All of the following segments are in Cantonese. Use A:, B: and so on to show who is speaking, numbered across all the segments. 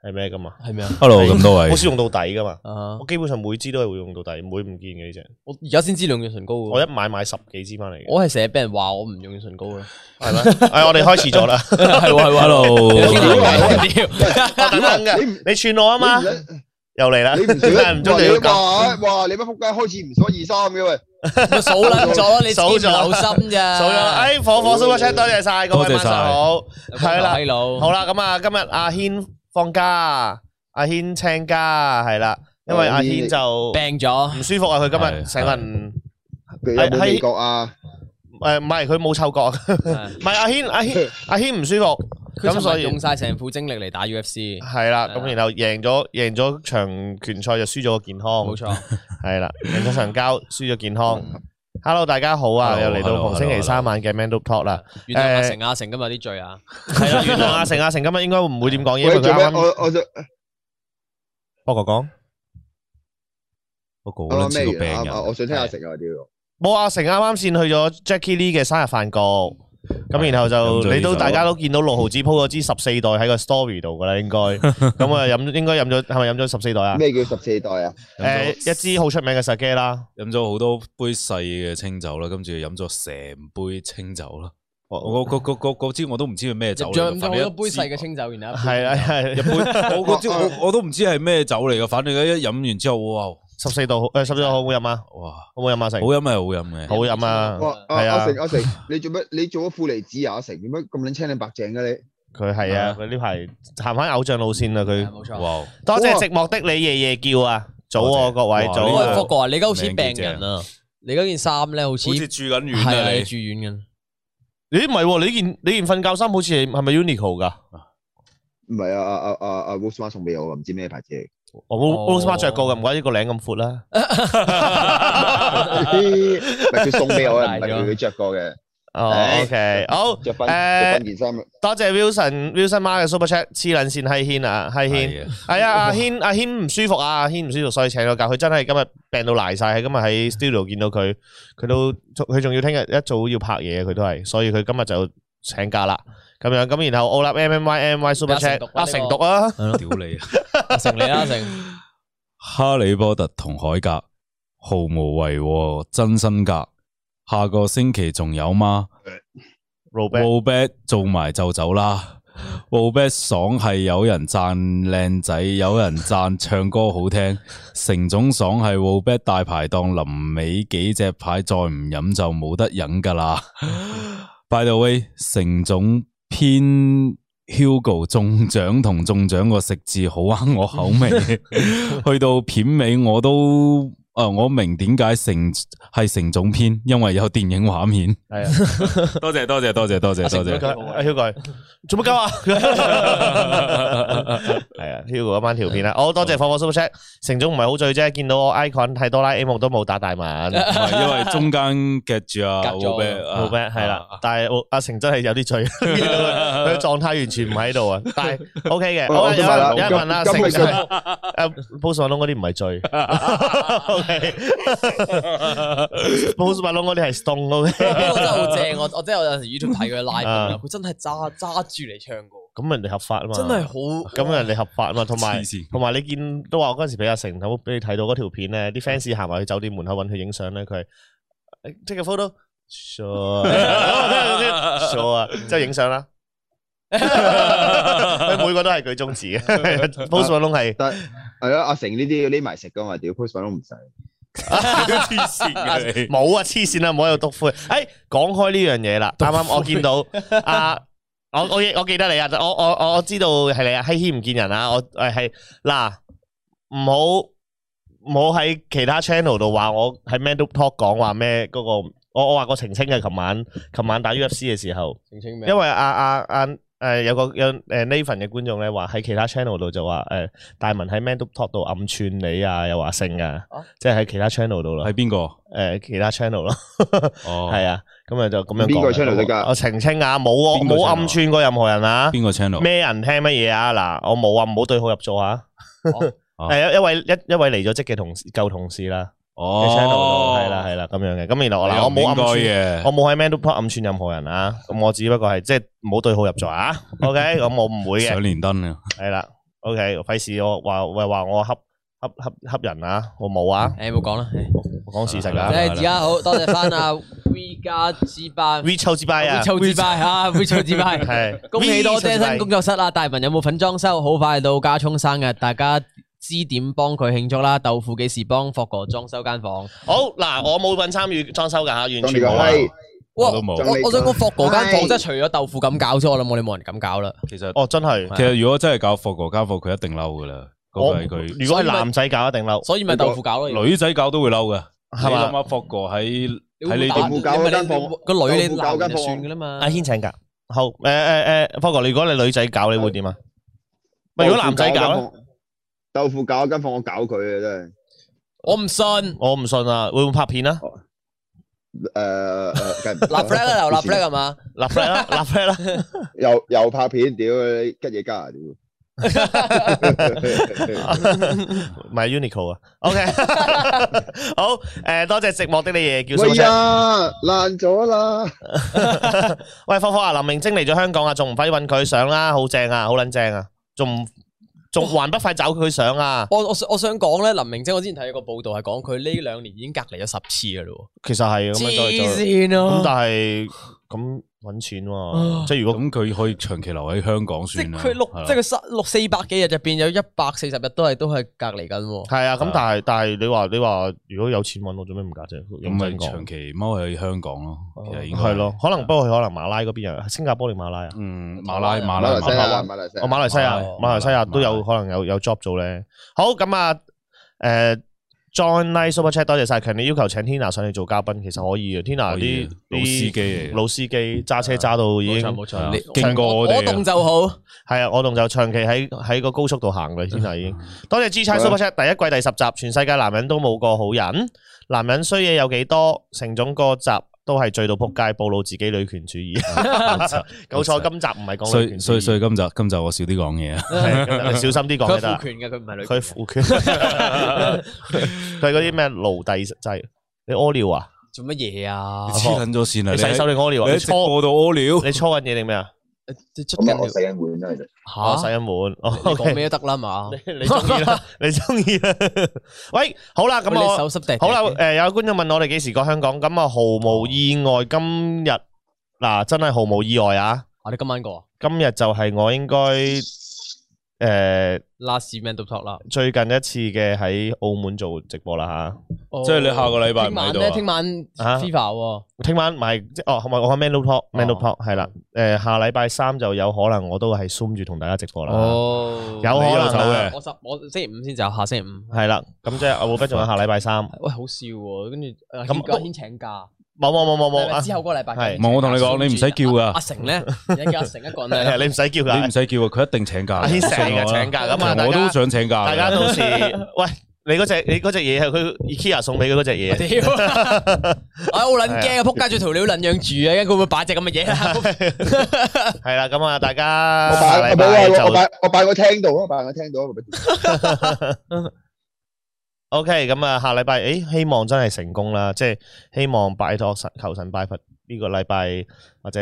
A: 係咩噶嘛？
B: 係咩啊？
C: Hello 咁多位
A: 好，少用到底噶嘛。
B: 啊
A: 我！基本上每支都係會用到底，唔會唔見嘅呢只。
B: 我而家先知兩樣唇膏
A: 我
B: 喎，
A: 一買買十幾支翻嚟嘅，
B: 我係成日俾人話我唔用唇膏嘅，
A: 係咩？係我哋開始咗啦，
B: 係喎係喎
C: Hello，
A: 我等等
D: 你唔
A: 嘅，你串我啊嘛，
D: 你
A: 又嚟啦，
D: 你 唔少
A: 但係唔中你要搞，
D: 哇！你哇！你乜仆街開始唔數一二三嘅喂？
B: 咪數撚咗，你
A: 數咗
B: 先唔留心咋？
A: 數咗啦，哎，火火 super chat，多謝晒各位
C: 多
A: 晚
C: 謝晒
A: 上好，係啦
B: 閪。佬，
A: 好啦，咁啊，今日阿軒放假，阿軒請假係啦，因為阿軒就
B: 病咗
A: 唔。舒服啊，佢今日
C: 係
A: 成個人
D: 佢有冇美國啊？
A: 誒唔係佢冇嗅覺， 唔係阿軒阿軒阿軒唔舒服，
B: 佢
A: 咁所
B: 所
A: 以哦
B: 用晒成副精力嚟打 UFC，
A: 係啦，
B: 係啊
A: 咁然後贏咗贏咗場拳賽就輸咗個健康，
B: 冇錯，
A: 係啦，贏咗場 交輸咗健康。Hello，大家好啊，又
C: Hello，
A: 嚟到
C: hello，
A: 逢星期
C: hello，
A: 三晚嘅 Man Talk 啦，
B: 原諒阿
A: 誒
B: 成阿成今日啲罪啊，
A: 係啦，原諒阿成阿成今日應該唔會點講嘢，因為
D: 喂，
A: 佢
D: 做咩？
A: 啱啱
D: 我我就
A: 不過講。
C: 不過
D: 我
C: 好撚
D: 咩
C: 似個病
D: 完啊
C: 人，
D: 啊？我想聽阿成啊！屌，
A: 冇阿成啱啱先去咗 Jackie Lee 嘅生日飯局，咁
C: 係
A: 然後
C: 飲咗
A: 就
C: 呢
A: 你都
C: 酒
A: 大家都見到六毫子鋪嗰支十四代喺個 story 度噶啦， 應該咁啊飲應該飲咗係咪飲咗十四代啊？
D: 咩叫十四代啊？
C: 飲咗
A: 誒一支好出名嘅 sake 啦，
C: 飲咗好多杯細嘅清酒啦，跟住飲咗成杯清酒啦。
A: 我
C: 我嗰嗰嗰嗰支我都唔知係咩酒
B: 仲
C: 嚟
B: 有
C: 㗎，
B: 咁
C: 反
B: 多
C: 正
B: 杯
C: 一支
B: 細嘅清酒，然後
A: 係啊係
C: 一杯，我嗰支我我都唔知係咩酒嚟㗎，反正一飲完之後，哇
A: 十四代好誒十四代好唔好飲啊？
C: 哇，
A: 好唔好飲啊？成
C: 好飲係好飲嘅
A: 好。飲啊！
D: 哇！阿
A: 係啊
D: 阿成阿成，你做乜？你做咗負離子啊？阿成點解咁撚青靚白淨嘅你？
A: 佢係啊，
C: 啊
A: 佢呢排行翻偶像路線啦。佢
B: 冇錯。
C: 哇！
A: 多謝
D: 哇
A: 寂寞的你夜夜叫啊，早啊
C: 多謝
A: 各位
C: 哇
A: 早
B: 喂
C: 呢
A: 啊
C: 個
B: 福哥啊，你而家好似病人啊，你嗰件衫咧好似
C: 好似住緊院啊
B: 係
C: 你
B: 你。住院緊，
A: 咦唔係喎，你件你件瞓覺衫好似係係咪 Uniqlo 㗎？
D: 唔係啊！啊啊啊啊！Rose Ma 送俾我，唔知咩牌子嚟。
A: 我冇
B: 哦
A: Rose Mar 着過嘅，唔怪之個領咁闊 啦。
D: 唔係佢送俾我嘅，唔係
B: 大咗
D: 佢佢著過嘅，
A: 哦
D: 唉
A: ，OK，好，
D: 著
A: 誒
D: 翻著翻件衫。
A: 多謝 Wilson Wilson 媽嘅 Super Chat，黐撚線閪軒啊，閪軒，
C: 係啊
A: 係啊，阿軒阿軒唔舒服啊，阿軒唔舒服，所以請咗假。佢真係今日病到賴晒，喺今日喺 studio 見到佢，佢都佢仲要聽日一早要拍嘢，佢都係，所以佢今日就請假啦。咁樣咁，然後奧立 M M Y M Y Super
B: 阿成
A: Chat，
B: 讀啊
A: 阿
B: 呢個
A: 成讀啊，
C: 屌你啊！
B: 阿成你啦，阿成
C: 哈利波特同海格毫無違和，真心格。下個星期仲有嗎
A: Robert，
C: w b a t 做埋就走啦。w b a t 爽係有人讚靚仔，有人讚唱歌好聽。成總爽係 w b a t 大排檔臨尾幾隻牌，再唔飲就冇得飲噶啦。By the way，成總偏 Hugo 中獎同中獎個食字好啱我口 味，去到片尾我都啊、我明點解成係成總編，因為有電影畫面。
A: 係啊。
C: 多謝多謝多謝多謝多謝。
A: 佢阿 Hugo 做乜鳩啊？ 係啊，Hugo 嗰班條片啦。我多謝火火 Super Chat，成總唔係好醉啫，見到我 icon 睇哆啦 A 夢都冇打大文，冇
C: 唔係因為中間夾住啊，
B: 夾咗
C: 冇
A: 咩係啦。但係我阿成真係有啲醉，見到佢佢狀態完全唔喺度啊。但係 OK 嘅，好
D: 我
A: 啦，有
D: 都話啦
A: 人有人問啦，成
D: 今今日
A: 真係誒 Post Malone 嗰啲唔係醉，OK Post Malone 嗰啲係 Stone，OK
B: 呢個真係好正，我我 真係有陣時 YouTube 睇佢 live 咁
A: 啊
B: 樣，佢真係揸揸住嚟唱歌，
A: 咁人哋合法啊嘛，
B: 真係好
A: 咁人哋合法啊嘛，同埋
C: 黐線
A: 同埋你見都話我嗰陣時俾阿成頭俾你睇到嗰條片咧，啲 fans 行埋去酒店門口揾佢影相咧，佢係誒 take a photo。sure ，sure 啊，之後影相啦。佢每個都係舉中指嘅，post Malone 係
D: 但係啦，阿成呢啲要匿埋食噶嘛，屌 post 粉都唔使。
C: 黐線嘅你
A: 冇啊，黐線啦，唔好喺度篤灰。誒，講開呢樣嘢啦，啱啱我見到啊，我我記我記得你啊，我我我知道係你啊，希希唔見人啊，我誒係嗱，唔好唔好喺其他 channel 度話我喺 Man Talk 講話咩嗰個，我我話個澄清嘅，琴晚琴晚打 UFC 嘅時候，
B: 澄清咩
A: 因？為啊啊啊誒有個有誒 Nathan 嘅觀眾咧話喺其他 channel 度就話誒大文喺 Man Talk 度暗串你啊，又話勝啊
B: 啊，
A: 即係喺其他 channel 度啦
C: 係。邊個？
A: 誒其他 channel 咯，
C: 哦，
A: 係啊，咁啊就咁樣講啦。
D: 邊個 channel 得㗎
A: 我澄清啊，冇我
C: 邊個
A: 冇
C: channel 啊
A: 暗串過任何人啊。
C: 邊個 channel？
A: 咩人聽乜嘢啊？嗱，我冇啊，唔好對號入座啊。
C: 哦
A: 係一一位一一位離咗職嘅同事舊同事啦，喺 channel 度
C: 哦，
A: 係啦係啦咁樣嘅。咁然後
C: 我
A: 我嗱我冇暗串，
C: 應該嘅。
A: 我冇喺 Man Talk 暗串任何人啊。咁我只不過係即係唔好對號入座啊。OK，咁我唔會嘅，
C: 上連登啊！
A: 係啦。 O K，费事我话喂话我恰恰恰恰人啊，我冇啊，
B: 诶，冇講啦。誒
A: 我讲事实
C: 係
B: 即
A: 噶
C: 啦。
B: 係而家好多謝啊翻 阿 We 加之班
A: We 抽支拜啊，
B: ，We 操之班吓，We 操之班。
A: 系
B: 恭喜多姐新工
A: 工。
B: 作室啦！大文有冇份裝修？好快到家聰生日，大家知點幫佢慶祝啦！豆腐幾時幫霍哥裝修間房？
A: 好嗱，我冇份参与装修噶吓，完全
D: 當你個
A: 冇啊。
D: 閪，
C: 我都冇
B: 我我想講霍哥間
D: 係
B: 房真係除咗豆腐咁搞之外，我諗我哋冇人咁搞啦。
C: 其实
A: 哦，真系，
C: 其实如果真系搞霍哥家貨，佢一定嬲噶啦。嗰
A: 我
C: 個係佢
A: 如果系男仔搞一定嬲，
B: 所以咪豆腐搞咯。
C: 女仔搞都會嬲嘅。你
A: 係嘛
C: 諗下霍哥喺
B: 會
C: 喺你
B: 打
C: 哋
D: 豆腐搞嗰間房
B: 你咪你個女你
D: 豆腐
B: 男
D: 搞嗰間
B: 就
D: 房
B: 算噶啦嘛。
A: 阿轩请噶。好，诶诶诶，科哥，你如果你女仔搞，你会点啊？咪如果男仔搞咧，
D: 豆腐搞一間房，我搞佢啊真係。
B: 我唔信。
A: 我唔信啊，會唔會拍片啊？
D: 誒誒，梗係唔得
B: 立 flag 啦，又立 flag 係嘛？
A: 立 flag 啦，立 flag 啦，
D: 又又拍片，屌你吉嘢加啊屌！
A: 咪 Uniqlo 啊，OK，好，诶，多謝寂寞的你夜叫蘇
D: 喂
A: 姐。
D: 呀，爛咗啦！
A: 喂，科科啊，林明晶嚟咗香港啊，仲唔快啲搵佢上啦？好正啊，好撚正啊，仲唔仲還不快找佢上啊？
B: 我我想我想講咧，林明晶我之前睇過個報道係講佢呢兩年已經隔離咗十次噶咯。
A: 其實係咁樣再
C: 啊
A: 做，
B: 線
A: 咁！但係咁搵錢喎，
B: 啊
A: 即係如果
C: 咁佢可以長期留喺香港
B: 即係
C: 算啦。
B: 佢六
C: 係啦
B: 即係佢三六四百幾日入邊有一百四十日都係都係隔離緊喎。
A: 係啊，咁
C: 啊
A: 但係但係你話你話如果有錢搵，我做咩唔嫁啫？
C: 咁
A: 認
C: 咪
A: 真講
C: 長。期踎喺香港咯，其實應該
A: 系咯，可能不過佢可能馬拉嗰邊有，新加坡定馬拉啊？
C: 嗯，馬拉馬
D: 馬
C: 拉
D: 來西
C: 馬拉
D: 亞，馬來西
A: 哦，馬
D: 亞，
A: 來西亞、馬
C: 啊馬
A: 來
C: 來
A: 西亞都有可能有有 job 做咧。好咁啊，诶，John Lee Super Chat 多謝晒，強烈要求請 Tina 上嚟做嘉賓，其實可以嘅。Tina
C: 可以
A: 啲
C: 嘅老司機嚟
A: 啲老司機揸車揸到已經
B: 冇
C: 係啊
B: 錯，你
C: 經過我
B: 我
C: 哋啊
B: 動就好。
A: 係啊，我同就長期喺喺个高速度行嘅 Tina 已經。多謝 G 餐 Super Chat 第一季第十集，全世界男人都冇個好人，男人衰嘢有幾多？成總嗰集都係醉到仆街，暴露自己女權主 義。搞錯，今集唔係講
C: 所
A: 女
C: 以
A: 權主
C: 所以
A: 義。
C: 所以今集今集我少啲講嘢啊，
A: 係咁你小心啲講
B: 佢
A: 就得
B: 係
A: 啦
B: 父。權嘅，佢唔係女權
A: 佢
B: 嘅。
A: 父 權，佢嗰啲咩奴隸制，你屙尿啊？
B: 做乜嘢啊
C: 你？黐撚咗線啊！
A: 你洗手
C: 喺
A: 定屙尿啊？
C: 你
A: 你
C: 喺直
A: 搓
C: 播度屙尿，
A: 你搓緊嘢定咩啊？
B: 你出
D: 咁
B: 緊
D: 啊，我洗
B: 條
D: 緊碗啦，其實
A: 我洗緊
B: 嚇？
A: 碗。哦
B: 你講
A: OK
B: 咩都得啦嘛。
A: 你你中意啦， 你中意啦。喂，好啦，咁
B: 喂你
A: 我
B: 手濕滴滴。
A: 好啦，誒有觀眾問我哋幾時過香港，咁啊毫無意外，今日嗱真係毫無意外啊！
B: 我哋今晚過
A: 今日就係我應該誒
B: last man to talk 啦。
A: 最近一次嘅喺澳門做直播啦
C: 即係你下個禮拜唔
B: 聽晚
C: 喺
B: 咧，
C: 度
B: 聽
C: 啊。
B: 晚
A: 啊
B: FIFA 喎。
A: 聽晚唔係即哦，唔係我講 Manu Talk，Manu Talk 係啦。誒下禮拜三就有可能我都係 Zoom 住同大家直播啦，有
B: 哦
A: 可
C: 你有
A: 能
C: 走
A: 啊
C: 嘅
B: 我十我星期五先走，下星期五。
A: 係啦。咁即係阿 Will 仲有下禮拜三，
B: 喂，好笑喎！跟住阿
A: 咁
B: 軒阿軒請假，
A: 冇冇冇冇冇啊
B: 之！後嗰個禮拜
A: 係
B: 請假
C: 冇我同你講
B: 孫
C: 你唔使
B: 子
C: 叫㗎
B: 阿阿成咧，而家叫阿成 一個人
A: 係啊
B: 咧。
A: 你唔使叫
C: 你
A: 㗎
C: 唔，使叫啊，佢一定請假。
A: 阿軒成
C: 信 我
A: 日
C: 啦
A: 請假咁啊，
C: 其實
A: 大
C: 我都
A: 家
C: 想請假
A: 大
C: 嘅。
A: 家到 時喂你嗰只你嗰只嘢係佢 IKEA 送俾佢嗰只嘢，
B: 屌！ 我好撚驚啊！仆街，最條料撚樣住啊！一佢會唔會擺只咁 嘅嘢啊？
A: 係啦。咁啊，大家
D: 我
A: 下
D: 擺
A: 禮
D: 我擺
A: 拜
D: 我
A: 就
D: 擺我擺我聽到啊，擺我聽到啊。
A: OK。咁啊，下禮拜誒希望真係成功啦，即係希望拜託神求神拜佛呢個禮拜或者。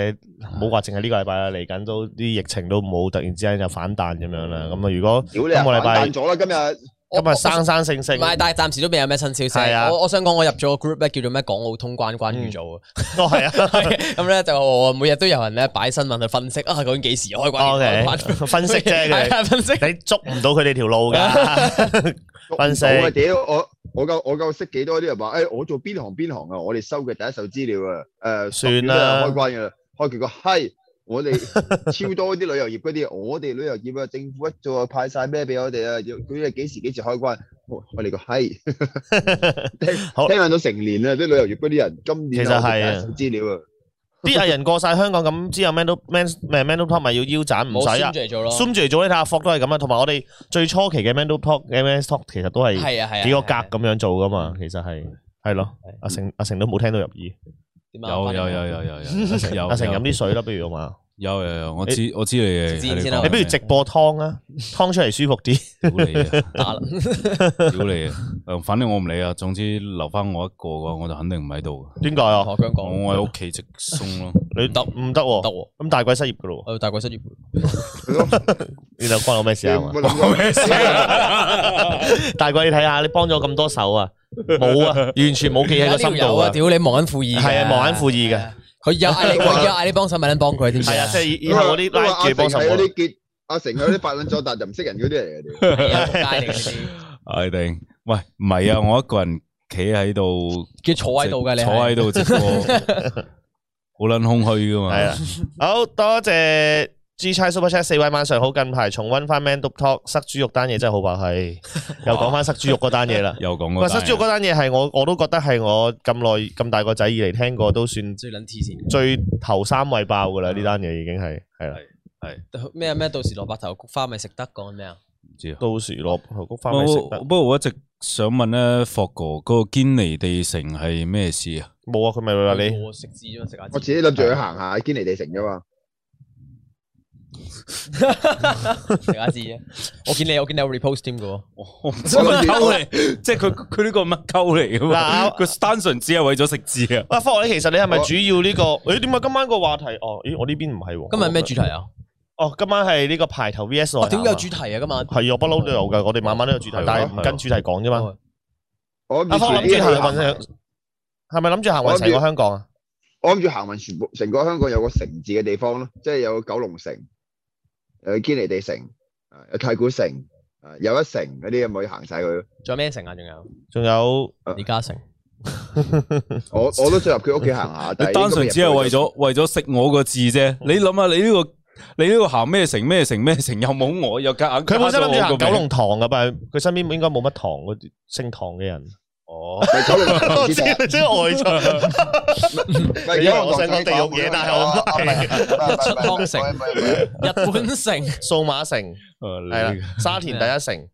A: 冇話淨係呢個禮拜啦，嚟緊都啲疫情都冇突然之間就反彈咁樣啦。咁啊，如果
D: 屌你
A: 今
D: 啊，
A: 個禮拜
D: 反彈咗啦，今日。
B: 我
A: 今日生生性性
B: 唔，係，但係暫時都未有咩新消息。
A: 係啊
B: 我我想講，我入咗個 group 咧，叫做咩港澳通關關 於組啊。
A: 都 係啊。
B: 咁咧就我每日都有人咧擺新聞去分析啊，究竟幾時 開關
A: O
B: 開
A: K，
B: 關？
A: 分析 啫，
B: 係
A: 佢
B: 啊，分析。
A: 哋你捉唔到佢哋條路㗎。分析
D: 我屌我我夠我夠識幾多啲人話，诶、我做邊行邊行啊，我哋收嘅第一手資料啊，诶、
A: 算
D: 10秒
A: 啦
D: 啊都有開關噶啦，開佢個閪，我哋超多啲旅遊業嗰啲，我哋旅遊業啊，政府一早就派晒咩俾我哋啊，要佢哋幾時幾時開關，我我哋個閪，
A: 好
D: 聽聽到成年啦，啲旅遊業嗰啲人，今年
A: 其實
D: 啊我
A: 係啊
D: 哋第一手資料啊，
A: 啲藝人過晒香港咁之後，man to man 咩 man to top 咪要腰斬唔
B: 冇
A: 使
B: 宣
A: 啊。
B: 住嚟做咯。
A: Zoom 住嚟做呢，睇下 f o 都係咁啊。同埋我哋最初期嘅 man to top 嘅 man to top 其實都係
B: 係啊係啊，
A: 幾個格
B: 係啊
A: 咁樣做㗎嘛。其實係係咯
B: 係，
A: 阿成阿成都冇聽到入耳。
B: 點啊
C: 有
B: 翻嚟
C: 有有有有有有
A: 阿成飲啲水啦，不如啊嘛。
C: 有有有，我知我知你嘅。
B: 自然先啦
C: 講
A: 你不如直播湯 啊，湯出嚟舒服啲。
C: 屌你啊！
B: 打啦，
C: 屌你啊！誒反正我唔理啊，總之留翻我一個嘅話，我就肯定唔喺度嘅。
A: 點解啊？
B: 我姜
C: 我
B: 講
C: 喺屋企直鬆咯。
A: 你
B: 得
A: 唔得
B: 得
A: 喎？
B: 喎，
A: 咁大鬼失業噶咯喎？
B: 我大鬼失業，
A: 你就關我咩事啊？係嘛
D: 冇諗過咩 事
A: 大鬼，你睇下，你幫咗咁多手啊，冇啊，完全冇記喺個
B: 而家呢條
A: 心
B: 友
A: 度
B: 啊，
A: 啊，
B: 屌你忘恩負義㗎，
A: 係啊，忘恩負義嘅，
B: 佢有 嗌你，佢有嗌你幫手，咪撚幫佢添。
A: 係啊，即係以以
D: 因
A: 後
D: 為
A: 嗰啲拉住你幫手
D: 因為阿成係嗰
A: 喎，
D: 啲結阿成係嗰啲白撚咗，但就唔識人嗰啲嚟嘅屌。
B: 係啊仆街嚟 嘅呢
C: 嗌定，喂，唔係啊，我一個人企喺度，
B: 啲，叫坐喺度嘅你係，
C: 直坐喺度直播，好撚空虛噶
A: 係
C: 嘛。
A: 啊，好多謝 G 差 Super Chat 四位晚上好，近排重温翻 Man Dub Talk 塞豬肉單嘢真係好白係，又講翻塞豬肉嗰單嘢啦。
C: 又講
A: 喂，
C: 嗰
A: 塞
C: 單
A: 豬肉
C: 嘢，
A: 嗰單嘢係我我都覺得係我咁耐咁大個仔以嚟聽過都算
B: 最撚黐線嘅。
A: 最頭三位爆噶啦，呢單嘢已經係係啦，
B: 咩啊咩？到時蘿蔔頭菊花咪食得講咩啊？
C: 唔知啊。
A: 到時落頭菊花咪食
C: 不
A: 得
C: 過不。過我一直想問咧，霍哥嗰個堅尼地城係咩事啊？
A: 冇啊，佢咪話你
B: 我食字啫嘛，食下
D: 我自
B: 字。
D: 己諗住去行下堅尼地城啫嘛。
B: 食下字啫。我見你，我見你有 repost 添嘅喎。
C: 我唔知乜鳩嚟，即係佢佢呢個係乜鳩嚟噶嘛？
A: 嗱
C: 佢單純只係為咗食字啊！
A: 喂，科學，你其實你係咪
D: 我
A: 主要呢、個？誒點解今晚個話題？哦，咦，我呢邊唔係喎。
B: 今日咩主題啊？
A: 哦，今晚係呢個排頭 VS
B: 我
A: 內涵
B: 點解有
A: 啊。
B: 主題啊？今晚
A: 係啊，不嬲都有㗎。我哋晚晚都有主題
C: 係，
A: 但係
C: 喎
A: 唔跟主題講啫嘛。
D: 啊我
A: 阿
D: 諗
A: 科
D: 住
A: 諗
D: 自
A: 住
D: 己去
A: 行
D: 行埋
A: 運，係咪諗住行運成個香港啊？
D: 我諗住行運全部成個香港有個城字嘅地方咯，即係有九龍城，有堅尼地城，啊有太古城，啊有一城嗰啲咁可以行晒佢咯。
B: 仲有咩城啊？仲有
A: 仲有
B: 李嘉誠。
D: 我我都想入佢屋企行下，
C: 你
D: 但係
C: 單純只係為
D: 應該入
C: 咗為咗食我個字啫。你諗下，你呢個你呢個行咩城咩城咩城又冇我又夾硬。
A: 佢本身諗住行九龍塘㗎，但係佢身邊應該冇乜塘嗰啲姓唐嘅人。
C: 哦。
D: 去咗咪九龍城
A: 我
D: 唔
A: 知
D: 知道
A: 真係呆咗。
D: 咪
A: 你以為我想講地獄嘢但係我唔
D: 出
B: 出湯城日本城
A: 數碼城係啊
C: 係
A: 啦，沙田第一城。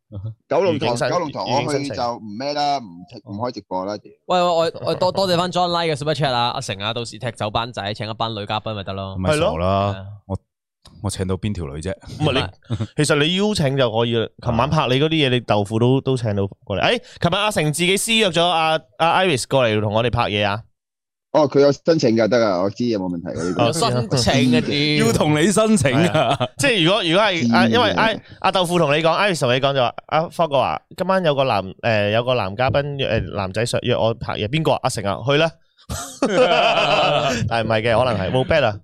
D: 九龍塘
A: 已經
D: 九龍
A: 已
D: 塘
A: 經
D: 我去
A: 申請
D: 就唔咩啦，唔唔開直播啦。屌
B: 喂，我我我多多謝翻 John Lie 嘅 super chat 啊，阿成啊，到時踢走班仔，請一班女嘉賓咪得咯。
C: 咪傻啦！
B: 係
C: 我請到邊條女啫？
A: 唔係啊你，其實你邀請就可以啦。琴晚拍你嗰啲嘢，你豆腐都都請到過嚟。誒、琴晚阿成自己私約咗阿阿 Iris 過嚟同我哋拍嘢啊。
D: 哦，佢有申請㗎，得啊，我知有冇問題嘅呢
A: 哦
D: 個
B: 有申請嘅 屌
C: 要同你申請啊！
A: 即係如果如果係啊，因為 I 阿豆腐同你講，Iris 同你講就話，阿科哥話今晚有個男誒、有個男嘉賓誒、男仔上約我拍嘢，邊個啊？阿成啊，去 啦。但係唔係嘅，可能係冇 bet 啊。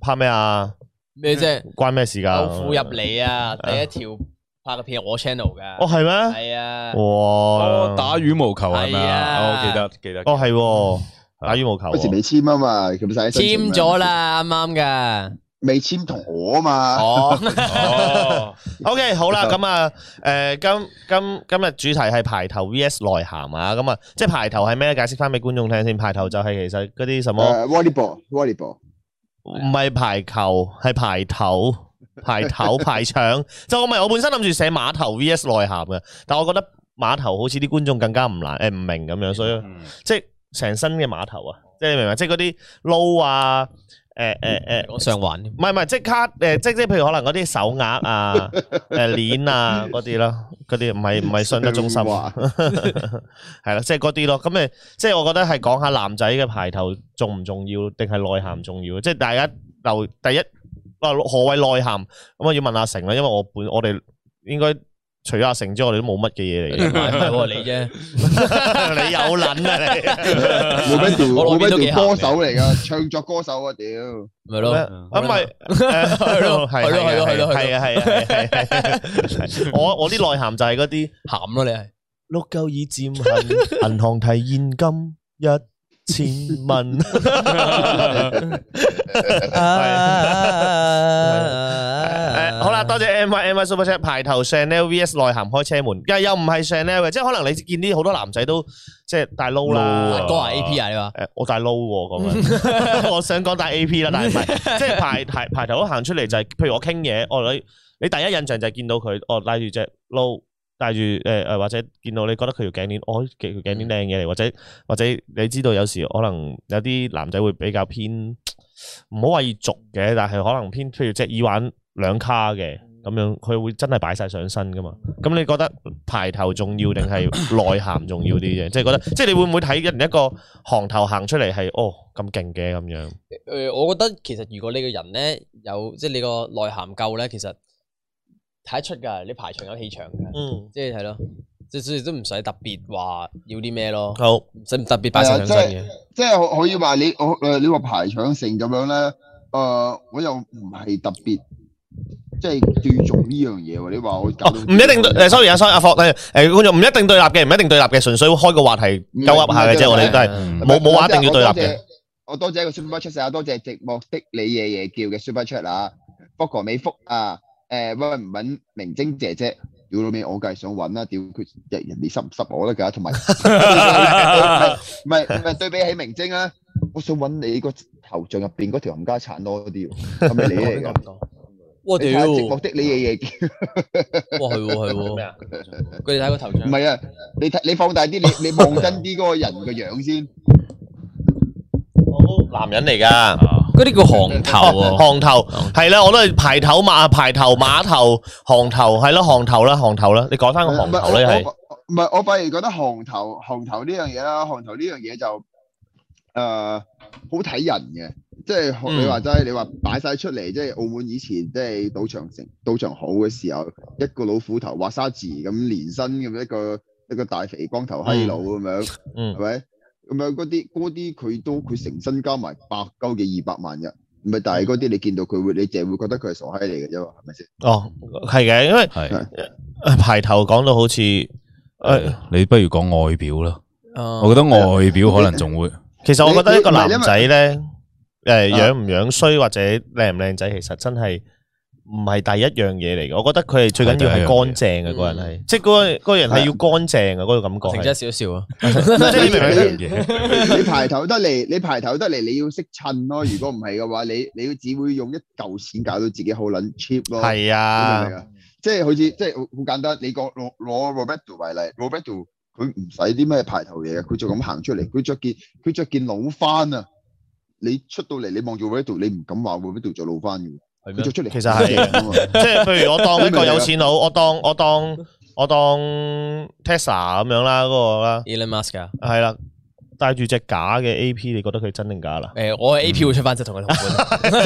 A: 拍咩啊？
B: 咩 啫？
A: 關咩事㗎？
B: 豆腐入嚟啊！第一條拍嘅片係我 channel 噶。
A: 哦，係咩？
B: 係啊，
A: 哇！
C: 哦，打羽毛球係咪
B: 係啊
C: 啊？我記得記得。
A: 哦係喎，打羽毛球
D: 嗰時
A: 喎。
D: 未簽啊嘛，咁使
B: 簽咗，啦，啱啱噶。
D: 未簽同我啊嘛。
B: 哦，
C: 哦，
A: OK，好啦，咁啊，誒，今今今日主題係排頭 VS 內涵啊，咁啊，即係排頭係咩咧？解釋翻俾觀眾聽先。排頭就係其實嗰啲什麼，
D: 誒，volleyball，volleyball，
A: 唔係排球，係排頭、排頭、排場。就我咪我本身諗住寫碼頭 VS 內涵嘅，但我覺得碼頭好似啲觀眾更加唔難誒唔明咁樣，所以
C: 嗯
A: 即係成身嘅碼頭啊，即係你明唔明？即係嗰啲撈啊，誒誒誒。
B: 講上環添
A: 唔係唔係，即卡誒，即即譬如可能嗰啲手鐲啊、誒鏈啊嗰啲咯，嗰啲唔係唔係信德中心，
D: 哇
A: 係啦，即係嗰啲咯。咁誒，即係我覺得係講下男仔嘅排頭重唔重要，定係內涵重要？即係大家留第一，啊何謂內涵？咁我要問阿成啦，因為我本我哋應該除咗阿成之外，我哋都冇乜嘅嘢嚟
B: 唔 係唔係喎你啫。
A: 嘅。 你有撚啊你？
D: 冇咩條
B: 我內邊
D: 冇咩
B: 都幾鹹嘅
D: 條歌手嚟㗎，唱作歌手啊屌！
B: 咪咯，
A: 咁咪係
B: 咯
A: 係
B: 係咯係咯係咯
A: 係啊係啊係啊係啊！我我啲內涵就係嗰啲。
B: 鹹咯你係。
A: 碌鸠已渐痕，银行提现金一千蚊。 啊 誒好啦，多謝 M Y M Y Super Chat 排頭 Chanel V S 內涵開車門，又又唔係 Chanel 嘅，即係可能你見啲好多男仔都即係大撈
C: 撈
A: 啦
C: 啊。
B: 哥啊 A P 啊，你話
A: 誒，我戴 low 喎，咁樣，我 想講戴 A P 啦，但係唔係，即係排排排頭都行出嚟就係，譬如我傾嘢，哦你你第一印象就係見到佢，哦拉住隻 low，戴住誒誒或者見到你覺得佢條頸鏈，哦條條頸鏈靚嘢嚟，或者或者你知道有時可能有啲男仔會比較偏唔好話要俗嘅，但係可能偏譬如隻耳環兩卡嘅咁樣，佢會真係擺晒上身噶嘛。咁你覺得排頭重要定係 內涵重要啲啫？即係覺得，即係你會唔會睇人一個行頭行出嚟係哦咁勁嘅咁樣？
B: 诶、呃我覺得其實如果你個人咧有即係你個內涵夠咧，其實睇得出㗎，你排場有氣場㗎，
A: 嗯，
B: 即係係咯，即係所以都唔使特別話要啲咩咯，
A: 好，
B: 唔使特別擺晒上身嘅。
D: 即係可可以話你我诶你話排場性咁樣咧，诶、我又唔係特別即係注重呢樣嘢喎。你話我搞
A: 哦
D: 到
A: 唔一定對誒，sorry 啊，sorry 阿霍，誒誒觀眾唔一定對立嘅，唔一定對立嘅，純粹開個話題鳩噏下嘅啫，我哋都係。
C: 嗯
A: 冇冇話一定要對立嘅。
D: 我多謝一個 super chat 啊，多謝寂寞的你夜夜叫嘅 super chat 啊，不過美福啊，誒揾唔揾明晶姐姐？屌老味，我梗係想揾啦，屌佢人人哋濕唔濕我得㗎，同埋唔係唔係對比起明晶啊，我想揾你個頭像入邊嗰條冚家產多啲喎，係咪你嚟㗎？
B: 哇
D: 你睇
B: 屌！
D: 下寂寞
B: 哇
D: 的你夜夜叫，
B: 係喎係
A: 咩
B: 喎
A: 啊，
B: 佢哋睇個頭
D: 唔
B: 像，
D: 係啊，你睇你放大啲，你你望真啲嗰個人個樣先，
A: 男人嚟㗎。
B: 嗰啲叫行頭
A: 哦
B: 喎。
A: 行頭係啦，我都係排頭馬、排頭碼頭、行頭係咯，行頭啦，行頭啦，你改翻個行
D: 唔係
A: 頭咧
D: 我
A: 係
D: 我我唔係我反而覺得行頭行頭呢樣嘢啦，行頭呢樣嘢就誒、呃好睇人嘅，即係學
A: 嗯
D: 你話齋，你話擺晒出嚟，即係澳門以前即係賭場城賭場好嘅時候，一個老虎頭畫沙字咁連身咁一個一個大肥光頭閪佬咁樣，
A: 嗯
D: 係咪？咁樣嗰啲嗰啲佢都佢成身加埋百鳩嘅二百萬嘅，唔係，但係嗰啲你見到佢會，你淨係會覺得佢係傻閪嚟嘅啫嘛，係 咪先？
A: 哦，係嘅，因為
C: 系
A: 呃排頭講到好似誒，
C: 诶，你不如讲外表啦，我
B: 我
C: 觉得外表可能仲会
A: 其實我覺得一個男仔咧，誒
D: 因為
A: 樣唔樣衰或者靚唔靚仔，其實真係唔係第一樣嘢嚟嘅。我覺得佢係最緊要係乾淨嘅啊嗰個人係，即係嗰個嗰個人係要乾淨嘅啊嗰個感
B: 停
A: 覺
B: 咗
A: 係。
B: 少少啊，
A: 即係你明唔明？
C: 一样嘢，
D: 你排頭得嚟，你排頭得嚟，你要識襯咯。如果唔係嘅話，你你只會用一嚿錢搞到自己好撚 cheap 咯。
A: 係
D: 你
A: 啊
D: 哦明唔，明啊，即係好似即係好好簡單。你講攞攞 Roberto 為例，Roberto 佢唔使啲咩排頭嘢嘅，佢就咁行出嚟，佢着件佢着件老番啊。你出到嚟，你望住 Roberto，你唔敢話 Roberto 着老番嘅，
B: 係
D: 佢
B: 咩
D: 着出嚟
A: 其實係
D: 好正㗎嘛
A: 即係譬如我當一
D: 你明唔
A: 個
D: 明啊
A: 有錢佬，我當我當我當 Tesla 咁樣啦，嗰個啦。
B: ？Elon Musk 啊，
A: 系啦，戴住只假嘅 A P，你覺得佢真定假啊啦？
B: 誒我係 A P
A: 嗯
B: 會出翻隻同佢同款，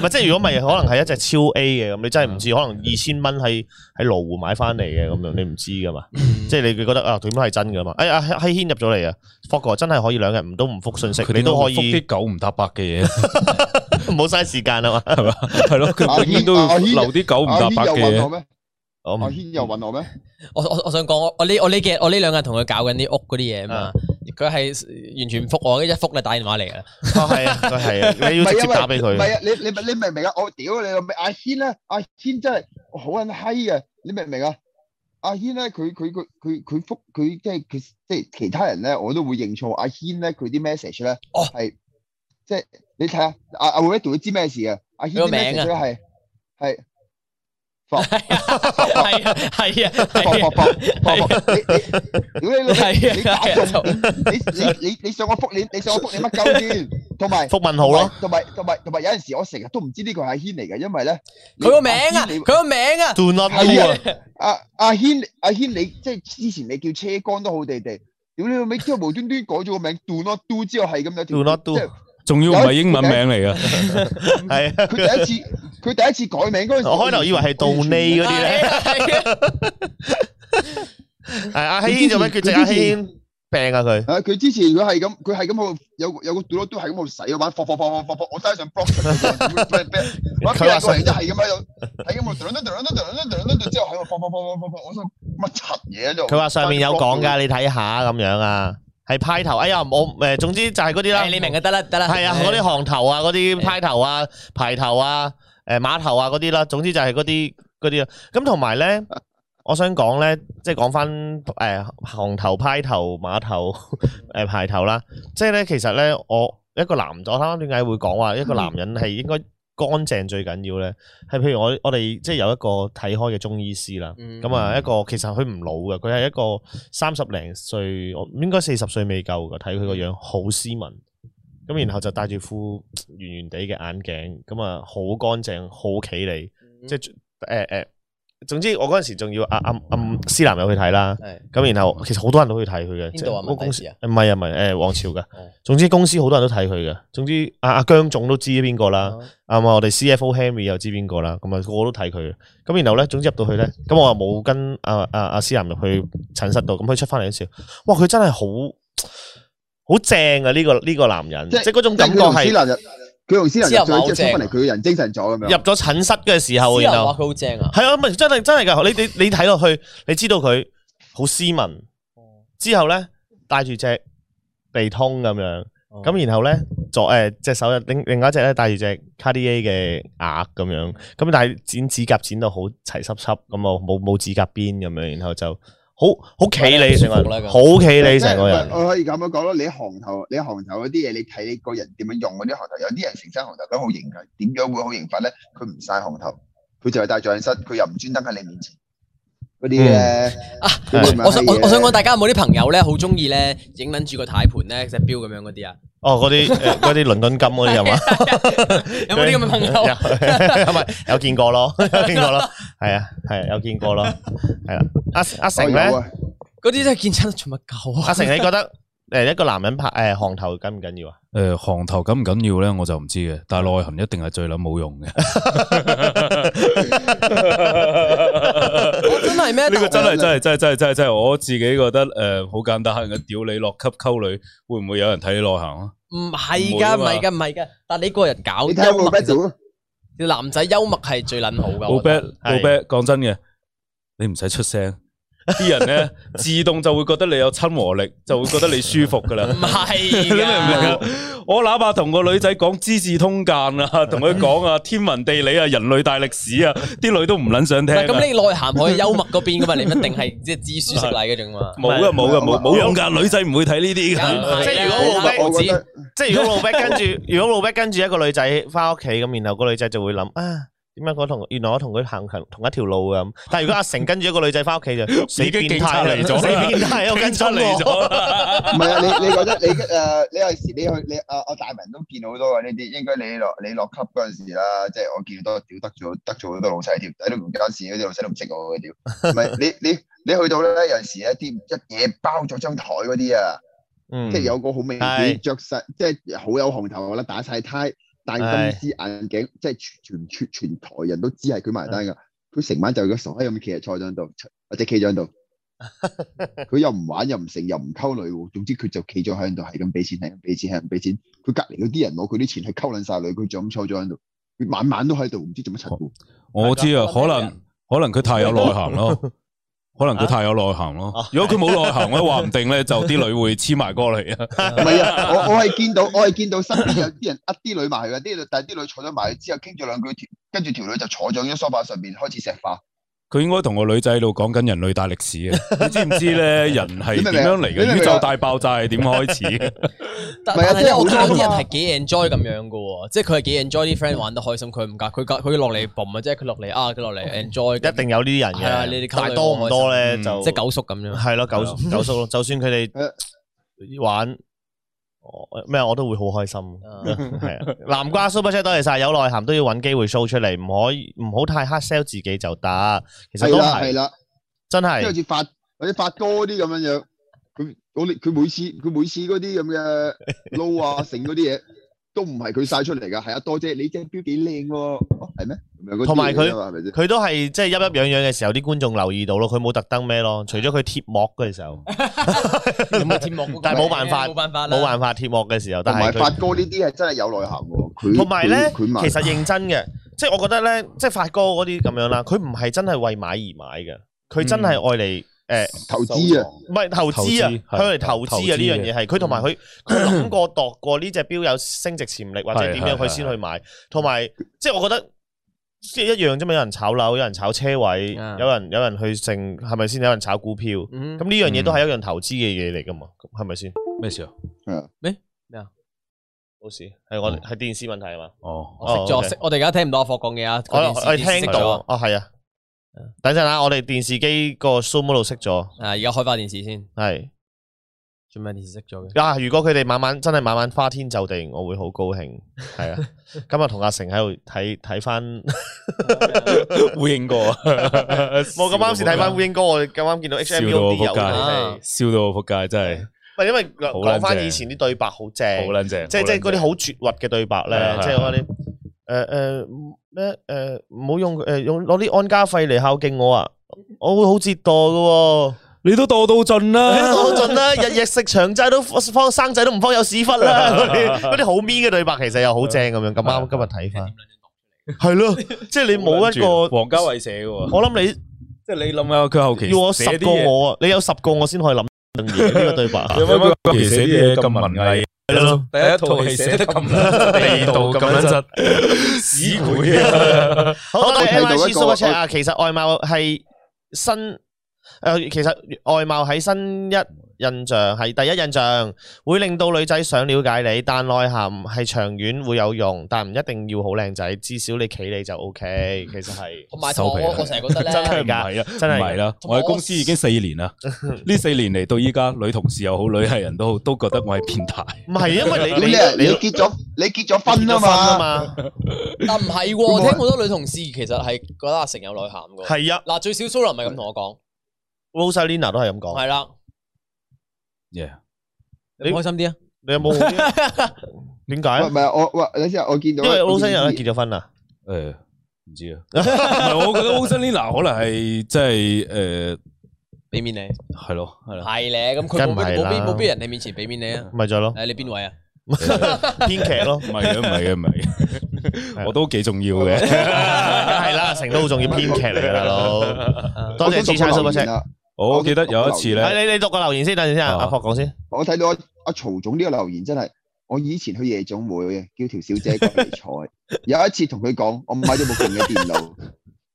A: 唔係，即係如果唔係，可能係一隻超 A 嘅咁，你真係唔知，可能二千蚊喺喺羅湖買翻嚟嘅咁樣，你唔知噶嘛？即係你佢覺得啊，點都係真噶嘛？哎呀，希希軒入咗嚟啊 f o g 真係可以兩日唔都唔復信息，
C: 佢
A: 你
C: 哋
A: 都
C: 都
A: 可
C: 可以
A: 以
C: 啲九唔搭八嘅嘢，
A: 冇嘥時間啊嘛？
C: 系嘛？系咯，佢永远都
D: 阿
C: 要
D: 軒
C: 留啲九唔
D: 阿
C: 搭八
D: 軒
C: 嘅嘢。
D: 又揾我咩？
A: 我
D: 阿
A: 唔
D: 軒又揾我咩？
B: 我我我想講，我我呢我呢幾日我呢兩日同佢搞緊啲屋嗰啲嘢啊嘛
A: 啊，
B: 佢係完全唔復我，一復就打電話嚟㗎啦。
A: 哦係啊，佢係啊，你要直接打俾
D: 唔係
A: 佢。
D: 啊，你你你明唔明啊？我屌你老味，阿軒咧，阿軒真係好撚閪嘅，你明唔明啊？阿軒咧，佢佢佢佢佢覆佢即係佢即係其他人咧，我都會認錯。阿軒咧，佢啲 message 咧
B: 哦
D: 係即係你睇下，阿阿 r e d 都知咩事啊？阿軒
B: 佢個
D: 啲
B: 名
D: message
B: 啊
D: 咧係係
B: 係啊係啊係
D: 放
B: 啊
D: 放放放放，你你屌你老味，
B: 係啊
D: 你打
B: 係
D: 中
B: 啊
D: 你你你你想我覆你，你想我覆你乜鳩先？同埋。
A: 復問號咯，
D: 同埋同埋同埋有陣時我成日都唔知呢個係阿軒嚟嘅，因為咧
B: 佢個名啊，
D: 你
B: 佢個名啊，
A: ，do not
D: 係
A: do 啊
D: 啊，阿阿軒阿軒你即係之前你叫車杆都好地地，屌你老尾之後無端端改咗個名 Do Not Do 之後係咁有條
A: ，do not do，
D: 即係
C: 仲要唔係英文名嚟嘅，
A: 係啊，
D: 佢第一次佢第一次改名嗰陣時，
A: 我開頭以為係杜
D: 呢
A: 尼嗰啲咧。
B: 係啊
A: 係阿希軒做咩缺席？阿希軒病啊佢。
D: 啊！佢之前佢係咁，佢係咁喺度有個有個 Do Not Do 係咁喺度洗嗰玩，放放放放放放，我真係想 block 佢。我邊個過嚟啫？係咁喺度，係咁喺度，噔噔噔噔噔噔噔噔之後喺度放放放放放放，我想乜柒嘢喺度？
A: 佢話上面有講㗎，你睇下咁樣啊，係派頭。哎呀，我诶，總之就係嗰啲啦。
B: 係你明嘅得啦得啦，
A: 係啊，嗰啲行頭啊，嗰啲派頭啊、排頭啊、诶码頭啊嗰啲啦，總之就係嗰啲嗰啲啦。咁同 埋咧，我想講咧，即係講翻诶行頭、派頭、 碼頭、诶排頭啦。即係咧，其實咧，我一個男，我啱啱點解會講話一個男人係應該乾淨最緊要咧？係譬如我我哋即係有一個睇開嘅中醫師啦。
B: 嗯
A: 咁啊，一個其實佢唔老嘅，佢係一個三十零歲，我應該四十歲未夠嘅，睇佢個樣好斯文，
B: 嗯
A: 咁然後就戴住副圓圓地嘅眼鏡，咁啊好乾淨，好企理，
B: 嗯
D: 嗯
A: 即係誒誒，總之我嗰陣時仲要暗暗暗思南有去睇啦，
B: 係
A: 咁然後其實好多人都去睇佢嘅，
B: 邊度啊
A: 即係公司
B: 文迪士啊
A: 唔係啊唔係誒王朝嘅
B: 哦，
A: 總之公司好多人都睇佢嘅，總之阿阿姜總都知邊個
B: 哦
A: 啦。啱啊！我哋 CFO Henry 又知邊個啦，咁啊個個都睇佢嘅。咁然後咧，總之入到去咧，咁我又冇跟阿阿阿思南入去診室度，咁佢出翻嚟嗰時，哇！佢真係好好正啊！呢、個呢、個男人，即
D: 即
A: 係嗰種
D: 即
A: 感
D: 係
A: 覺
D: 佢同思
A: 係
D: 南入，佢同思南
B: 思南
D: 入
B: 咪好
D: 咗出
B: 正
D: 翻嚟，佢個人精神咗咁
A: 入
D: 樣。
A: 咗診室嘅時候，
B: 之
A: 然
B: 後話
A: 後
B: 佢好正啊，
A: 係啊，咪真係真係㗎！你你你睇落去，你知道佢好斯文，
D: 哦
A: 之後咧戴住隻鼻通咁樣。
D: 哦
A: 咁然後咧左誒隻手又另另外一隻咧戴住隻 Cartier 嘅鐲咁樣，咁但係剪指甲剪到好齊濕濕咁啊，冇冇指甲邊咁樣，然後就好好企理成個
B: 係啊
A: 人，
B: 啦
A: 好企理成個
D: 即
A: 人
D: 係，我我可以咁樣講咯，你喺行頭，你喺行頭嗰啲嘢，你睇你個人點樣用嗰啲行頭。有啲人成身行頭咁好型嘅，點樣會好型法咧？佢唔晒行頭，佢就係戴橡室，佢又唔專登喺你面前嗰啲咧。嗰啲咪
B: 我想我
D: 係嘢啊
B: 我想講，大家有冇啲朋友咧，好中意咧影撚住個軚盤咧隻錶咁樣嗰啲啊？
A: 哦嗰啲誒嗰啲倫敦金嗰啲係啊嘛？
B: 有冇啲咁嘅朋 友？
A: 有？唔係有見過咯， 有見過咯，係啊係有見過咯，係啦。阿阿成
D: 我
A: 咧
D: 有，啊
B: 嗰啲真係見親都做乜狗啊
A: 阿？成你覺得誒一個男人拍誒行頭緊唔緊要啊？
C: 诶、 行頭緊唔緊要咧，我就唔知嘅，但系內涵一定係最撚冇用嘅。
B: 真係咩？
C: 呢個真係
D: 係
C: 真係真係真係真係真係我自己覺得诶，好、簡單嘅，屌你落級溝女，會唔會有人睇你內涵啊？
B: 唔係噶，唔
C: 唔會啊嘛
B: 係噶，唔係噶。但你個人搞
D: 你睇下
B: 幽默，
D: Roberto
B: 其
D: 咯
B: 實男仔幽默係最撚好噶。
C: 老
B: 我
C: 啤
B: 覺得
C: 老啤，講真嘅，你唔使出聲，啲人咧自動就會覺得你有親和力，就會覺得你舒服噶啦。
B: 唔係
C: 你明唔明啊
B: 㗎，？
C: 我哪怕同個女仔講資治通鑑啊，同佢講啊天文地理啊、人類大歷史啊，啲女都唔撚想
B: 唔
C: 聽啊。
B: 係咁，你內涵可以幽默嗰邊噶嘛？你一定係即係知書識禮嗰種 嘛？
C: 冇噶冇噶冇冇用噶，女仔唔會睇呢啲
B: 梗
C: 噶
B: 係。
A: 即係如果
D: 我
A: 我
B: 我
D: 覺得我覺得。
A: 即係如果老 b 跟 住，如果老 b 跟住一個女仔翻屋企咁，然後個女仔就會諗啊，點解我同原來我同佢行行同一條路咁。但係如果阿成跟住一個女仔翻屋企就死
C: 已經
A: 變
C: 警察
A: 態
C: 嚟咗啦
A: 死變態，我跟
C: 出
A: 咗
C: 嚟
A: 嚟咗。
C: 咗，
D: 唔係啊，你你覺得你誒你有時你去你啊我大文都見好多嘅啊呢啲，應該你落你落級嗰陣時啦，即係我見好多屌得咗得咗好多老細條，喺都唔關事，嗰啲老細都唔識我嘅屌。唔係你你你去到咧，有陣時咧啲一嘢包咗張台嗰啲啊，
A: 嗯
D: 即係有個好明
A: 係
D: 顯着實，即係好有行頭啦，打晒呔，戴金絲眼鏡，即係全全全台人都知係佢埋單 㗎。佢成晚就個傻閪咁企喺坐喺度，或者企咗 喺度。佢又唔玩又唔成又唔溝女喎，總之佢就企咗喺度，係咁俾錢，係咁俾錢，係咁俾錢。佢隔離嗰啲人攞佢啲錢係溝撚晒女，佢就咁坐咗喺度，佢晚晚都喺度，唔知做乜柒喎。
C: 我知啊，可能可能佢太有內涵咯， 可能佢太有內涵
A: 啊
C: 咯。如果佢冇內涵咧，話唔定咧就啲女會黐埋過嚟 啊。
D: 唔 係啊，我我係見到我係見到身邊有啲人呃啲女埋去嘅，啲女但係啲女坐咗埋去之後傾咗兩句，跟住條女就坐咗喺張梳化上邊開始石化。
C: 佢應該同個女仔喺度講緊人類大歷史啊！ 你知唔知咧？人係點樣嚟
D: 你明唔明
C: 嘅？
D: 啊
C: 宇宙大爆炸係點開 始嘅？
B: 但
D: 唔係啊
B: 但係咧，
D: 即係
B: 我見
D: 好
B: 到
D: 多
B: 啲人
D: 嘛
B: 係幾 enjoy 咁樣噶喎，即係佢係幾 enjoy 啲 friend 玩得開心，佢唔夾，佢夾佢落嚟嘣啊，即係佢落嚟啊，佢落嚟 enjoy，
A: 一定有呢
B: 係啊
A: 啲
B: 你
A: 人嘅
B: 哋，溝女
A: 但係多唔多咧
C: 嗯
A: 就
B: 即係九叔咁樣。
A: 係咯，九九叔咯， 就算佢
D: 係啊
A: 哋玩。我咩我都會好開 心，係啊！南瓜 super chat 多謝晒，有內涵都要揾機會 show 出嚟，唔可以唔好太 hard sell 自己就得。其實
D: 係
A: 都
D: 啦係
A: 係，
D: 啦，
A: 真
D: 即係好
A: 係
D: 似發或者發哥啲咁樣樣。佢我哋佢每次佢每次嗰啲咁嘅撈啊剩嗰啲嘢，都唔係佢晒出嚟㗎，係啊多姐你隻錶幾靚喎，哦係咩？咁樣嗰啲
A: 同埋佢
D: 嘢㗎嘛係咪先？
A: 佢都係即係鬱鬱攘攘嘅時候，啲觀眾留意到咯，佢冇特登咩
D: 嗯
A: 咯，除咗佢貼膜嘅時候。
B: 有冇節目嗰個
A: 但係冇辦法
B: 冇辦法啦，
A: 冇辦法貼膜嘅時候，
D: 同
A: 但
D: 埋
A: 係
D: 發
A: 佢
D: 哥呢啲係真係有內涵喎，佢
A: 同埋咧，
D: 佢佢賣
A: 其實認真嘅，即係我覺得咧，即係發哥嗰啲咁樣啦，佢唔係真係為買而買嘅，佢真
D: 嗯
A: 係愛嚟誒，
D: 投資啊，
A: 唔係投資啊，
C: 投資
A: 佢嚟投資
C: 投資
A: 啊
C: 嘅
A: 呢樣嘢係，佢同埋佢佢諗過度過呢只錶有升值潛力或者點樣，佢先去買，同埋即係我覺得。即係一樣啫嘛，有人炒樓，有人炒車位，
B: 啊
A: 有人有人去剩，係咪先？有人炒股票，咁
B: 嗯。
A: 呢樣嘢都係一樣投資嘅嘢嚟噶嘛，係咪先？
C: 咩事啊？
A: 冇事，係我係電視問題係嘛？
C: 哦，
B: 我識
A: 哦
B: 咗，
A: ，OK
B: 識我哋而家聽唔到阿霍講嘢啊！
A: 我
B: 嗰件事
A: 我哋
B: 件事
A: 聽
B: 熄
A: 到
B: 咗
A: 啊，哦係啊，等陣啊，我哋電視機個 zoom 嗰度熄咗，
B: 啊！而家開翻電視先，
A: 係
B: 做咩你識咗嘅？
A: 啊！如果佢哋晚晚真係晚晚花天酒地，我會好高興。係啊，今日同阿成喺度睇睇翻，
C: 烏蠅哥啊，
A: 我咁啱先睇翻烏蠅哥，我咁啱見到 H M U 啲
C: 笑
A: 友
C: 到
A: 真
B: 我仆街
A: 係，
C: 笑到我仆街，真係
A: 唔係因為
C: 好撚
A: 講翻以前啲對白好正，
C: 好撚正，
A: 即係即係嗰啲
C: 好
A: 好絕核嘅對白
C: 係
A: 咧
C: 啊，
A: 即係
C: 係啊
A: 嗰啲誒誒咩誒唔好用誒用攞啲安家費嚟孝敬我啊！我會好折墮 嘅喎，
C: 撚正你都墮到盡啦，
A: 我盡啦，日日食長仔都方生仔都唔方有屎忽 啦，嗰啲嗰啲好 mean 嘅對白其實又好正咁樣，咁啱今日睇翻，係咯，即係你 冇一個，
C: 王家衛寫嘅喎，
A: 我諗
C: 即係你諗下佢後期
A: 你要我
C: 寫
A: 十
C: 啲
A: 個
C: 嘢
A: 我啊，你有十個我先可以諗呢個對白，
C: 有乜佢後期寫啲嘢咁文藝？
A: 係咯。
C: 第一套戲寫得咁地道咁樣質，屎鬼啊！
A: 好，我
D: 我
A: 哋
D: 睇到
A: MIC
D: 一個
A: Super Chat 啊，其實外貌係新诶、呃其實外貌喺新一印象係第一印象，會令到女仔想了解你，但內涵係長遠會有用，但唔一定要好靚仔，至少你企你就 O、k 其實係
B: 同埋
C: 收
B: 我
C: 皮啦
B: 我我成日覺得 咧，
A: 真係
C: 唔係啊，
A: 真係
C: 唔係啦，我喺公司已經四年啦，呢四年嚟到依家，女同事又好，女係人都好，都覺得我係變態。
A: 唔係因為
D: 咁
A: 你
D: 你
A: 你
D: 啊你
A: 你
D: 結咗你結咗
A: 結
D: 婚
A: 咗
D: 啊
A: 婚啊
D: 嘛？
A: 嘛，
B: 啊但唔係喎，聽好多女同事其實係覺得阿成有內涵嘅。
A: 係啊
B: 嗱，最少蘇林咪咁同我講，
A: ，Rosalina 都係咁講，
B: 係啦，
C: Yeah，
B: 哦你開心啲啊！
A: 你有冇好啲？點解
D: 喂唔
A: 啊？
D: 係我喂，等先，我見到
A: 因為
D: 一
A: Rosalina 結咗婚啦，
C: 誒唔知啊，唔係我覺得 Rosalina 可能係即係誒
B: 俾面你，
C: 係咯係啦，
B: 係咧，咁佢
A: 梗
B: 冇
A: 唔係
B: 冇
A: 啦
B: 邊冇邊人喺面前俾面你啊？
A: 咪就係咯，
B: 誒，你邊位啊？
A: 編劇咯
C: 唔。係嘅唔係嘅唔係嘅，我都幾重要嘅。
A: 系啦，成都好重要編劇嚟噶 啦，佬。多謝
D: 我想
A: 支撐
D: 讀個
A: super
D: 留言啊
A: chat。
D: 啦
C: 我記得有一次咧。
A: 係你你讀個留言先，等陣先啊，
C: 哦
A: 阿霍講先。
D: 我睇到阿阿曹總呢個留言真係，我以前去夜總會啊叫條小姐過嚟 坐，有一次同佢講，我買咗部勁嘅電腦，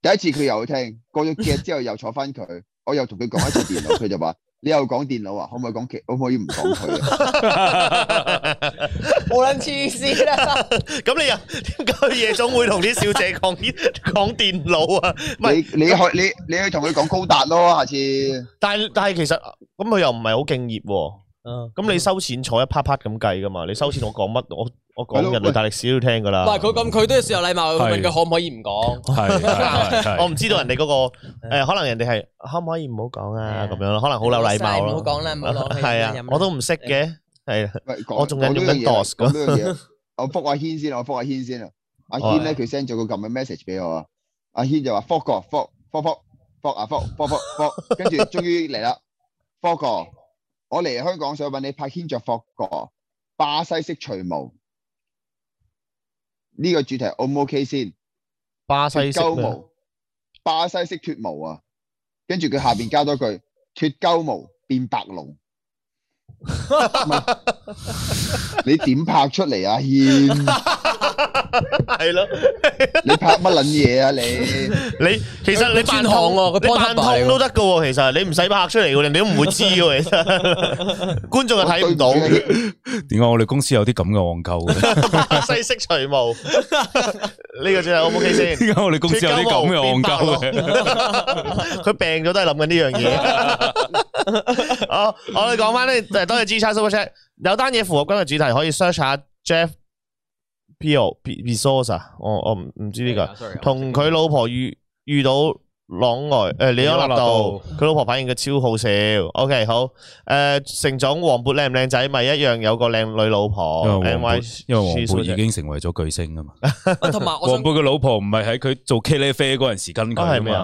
D: 第一次佢又聽，過咗幾日之後又坐翻佢，我又同佢講一次電腦，佢就話。 你又講電腦啊？可唔可以講其？可唔可以唔講佢啊？
B: 好撚黐線啊 啦！
A: 咁你又點解去夜總會同啲小姐講 講電腦啊？ 唔係
D: 你你去你你去同佢講高達咯，下次唔
A: 但係但係其實咁佢又唔係好敬業喎。咁你收錢坐一 part part 咁計噶嘛？你收錢我講乜？我我
D: 係
A: 講
D: 咯
A: 人類大歷史都聽噶啦
B: 唔。係佢咁，佢都要算有禮貌，佢問佢可唔可以唔講。
C: 係係係係
A: 我唔知道人哋嗰個誒，可能人哋係可唔可以唔好講啊？咁樣咯，可能好有禮貌
B: 唔好
A: 咯。
B: 講啦，唔好 講啦。
A: 係啊
B: 飲啦，
A: 我都唔識嘅，係啊。
D: 係講
A: 我仲係
D: 講
A: 用
D: 呢
A: 緊
D: 樣嘢
A: DOS
D: 啦，講呢樣嘢。我覆阿軒先，我覆阿軒先啊。阿軒咧，佢 send 咗個咁嘅 message 俾我啊。阿軒就話：科哥，科科科科啊，科科科科，跟住終於嚟啦。科哥，我嚟香港想揾你拍牽着科哥巴西式除毛呢個主題 O 唔 OK 先？
A: 巴西
D: 脱
A: 式
D: 鳩
A: 咩
D: 毛，巴西式脱毛啊！跟住佢下邊加多句脱鳩毛變白 龍。你點拍出 嚟啊？軒，
A: 系咯，
D: 你拍乜撚嘢啊？你
A: 你其實你扮
B: 佢專項
A: 痛
B: 喎佢
A: 你扮
B: porn number 嚟
A: 痛
B: 喎
A: 都得噶喎。其實你唔使拍出嚟嘅，人哋都唔會知嘅。其實 觀眾又睇唔
D: 我對住
A: 到，
C: 點解我哋公司有啲咁嘅戇鳩嘅？
A: 巴 西式除毛呢個最後 O 唔 OK 先？
C: 點解我哋公司有啲咁嘅戇鳩嘅？
A: 嘅，佢病咗都係諗緊呢樣嘢。好，我哋講翻咧，誒多謝 G 叉 Super Chat，有單嘢符合今日主題，可以 search 下 Jeff Pio Resource 啊，我我唔唔知呢
C: 啊
A: 個。
B: Sorry，
A: 同佢老婆遇遇到朗外诶李安納度，佢老婆反應佢超好笑。OK 好，诶、成總黃渤靚唔靚仔，咪一樣有個靚女老婆。
C: 因為
A: N
C: 黃
A: Y
C: 渤，因為黃渤已
A: She's
C: 經成為咗巨星啊嘛。
B: 啊 同埋我
C: 黃
B: 想
C: 渤嘅老婆唔係喺佢做茄喱啡嗰陣時跟佢
A: 啊
C: 啊
A: 係咩
C: 嘛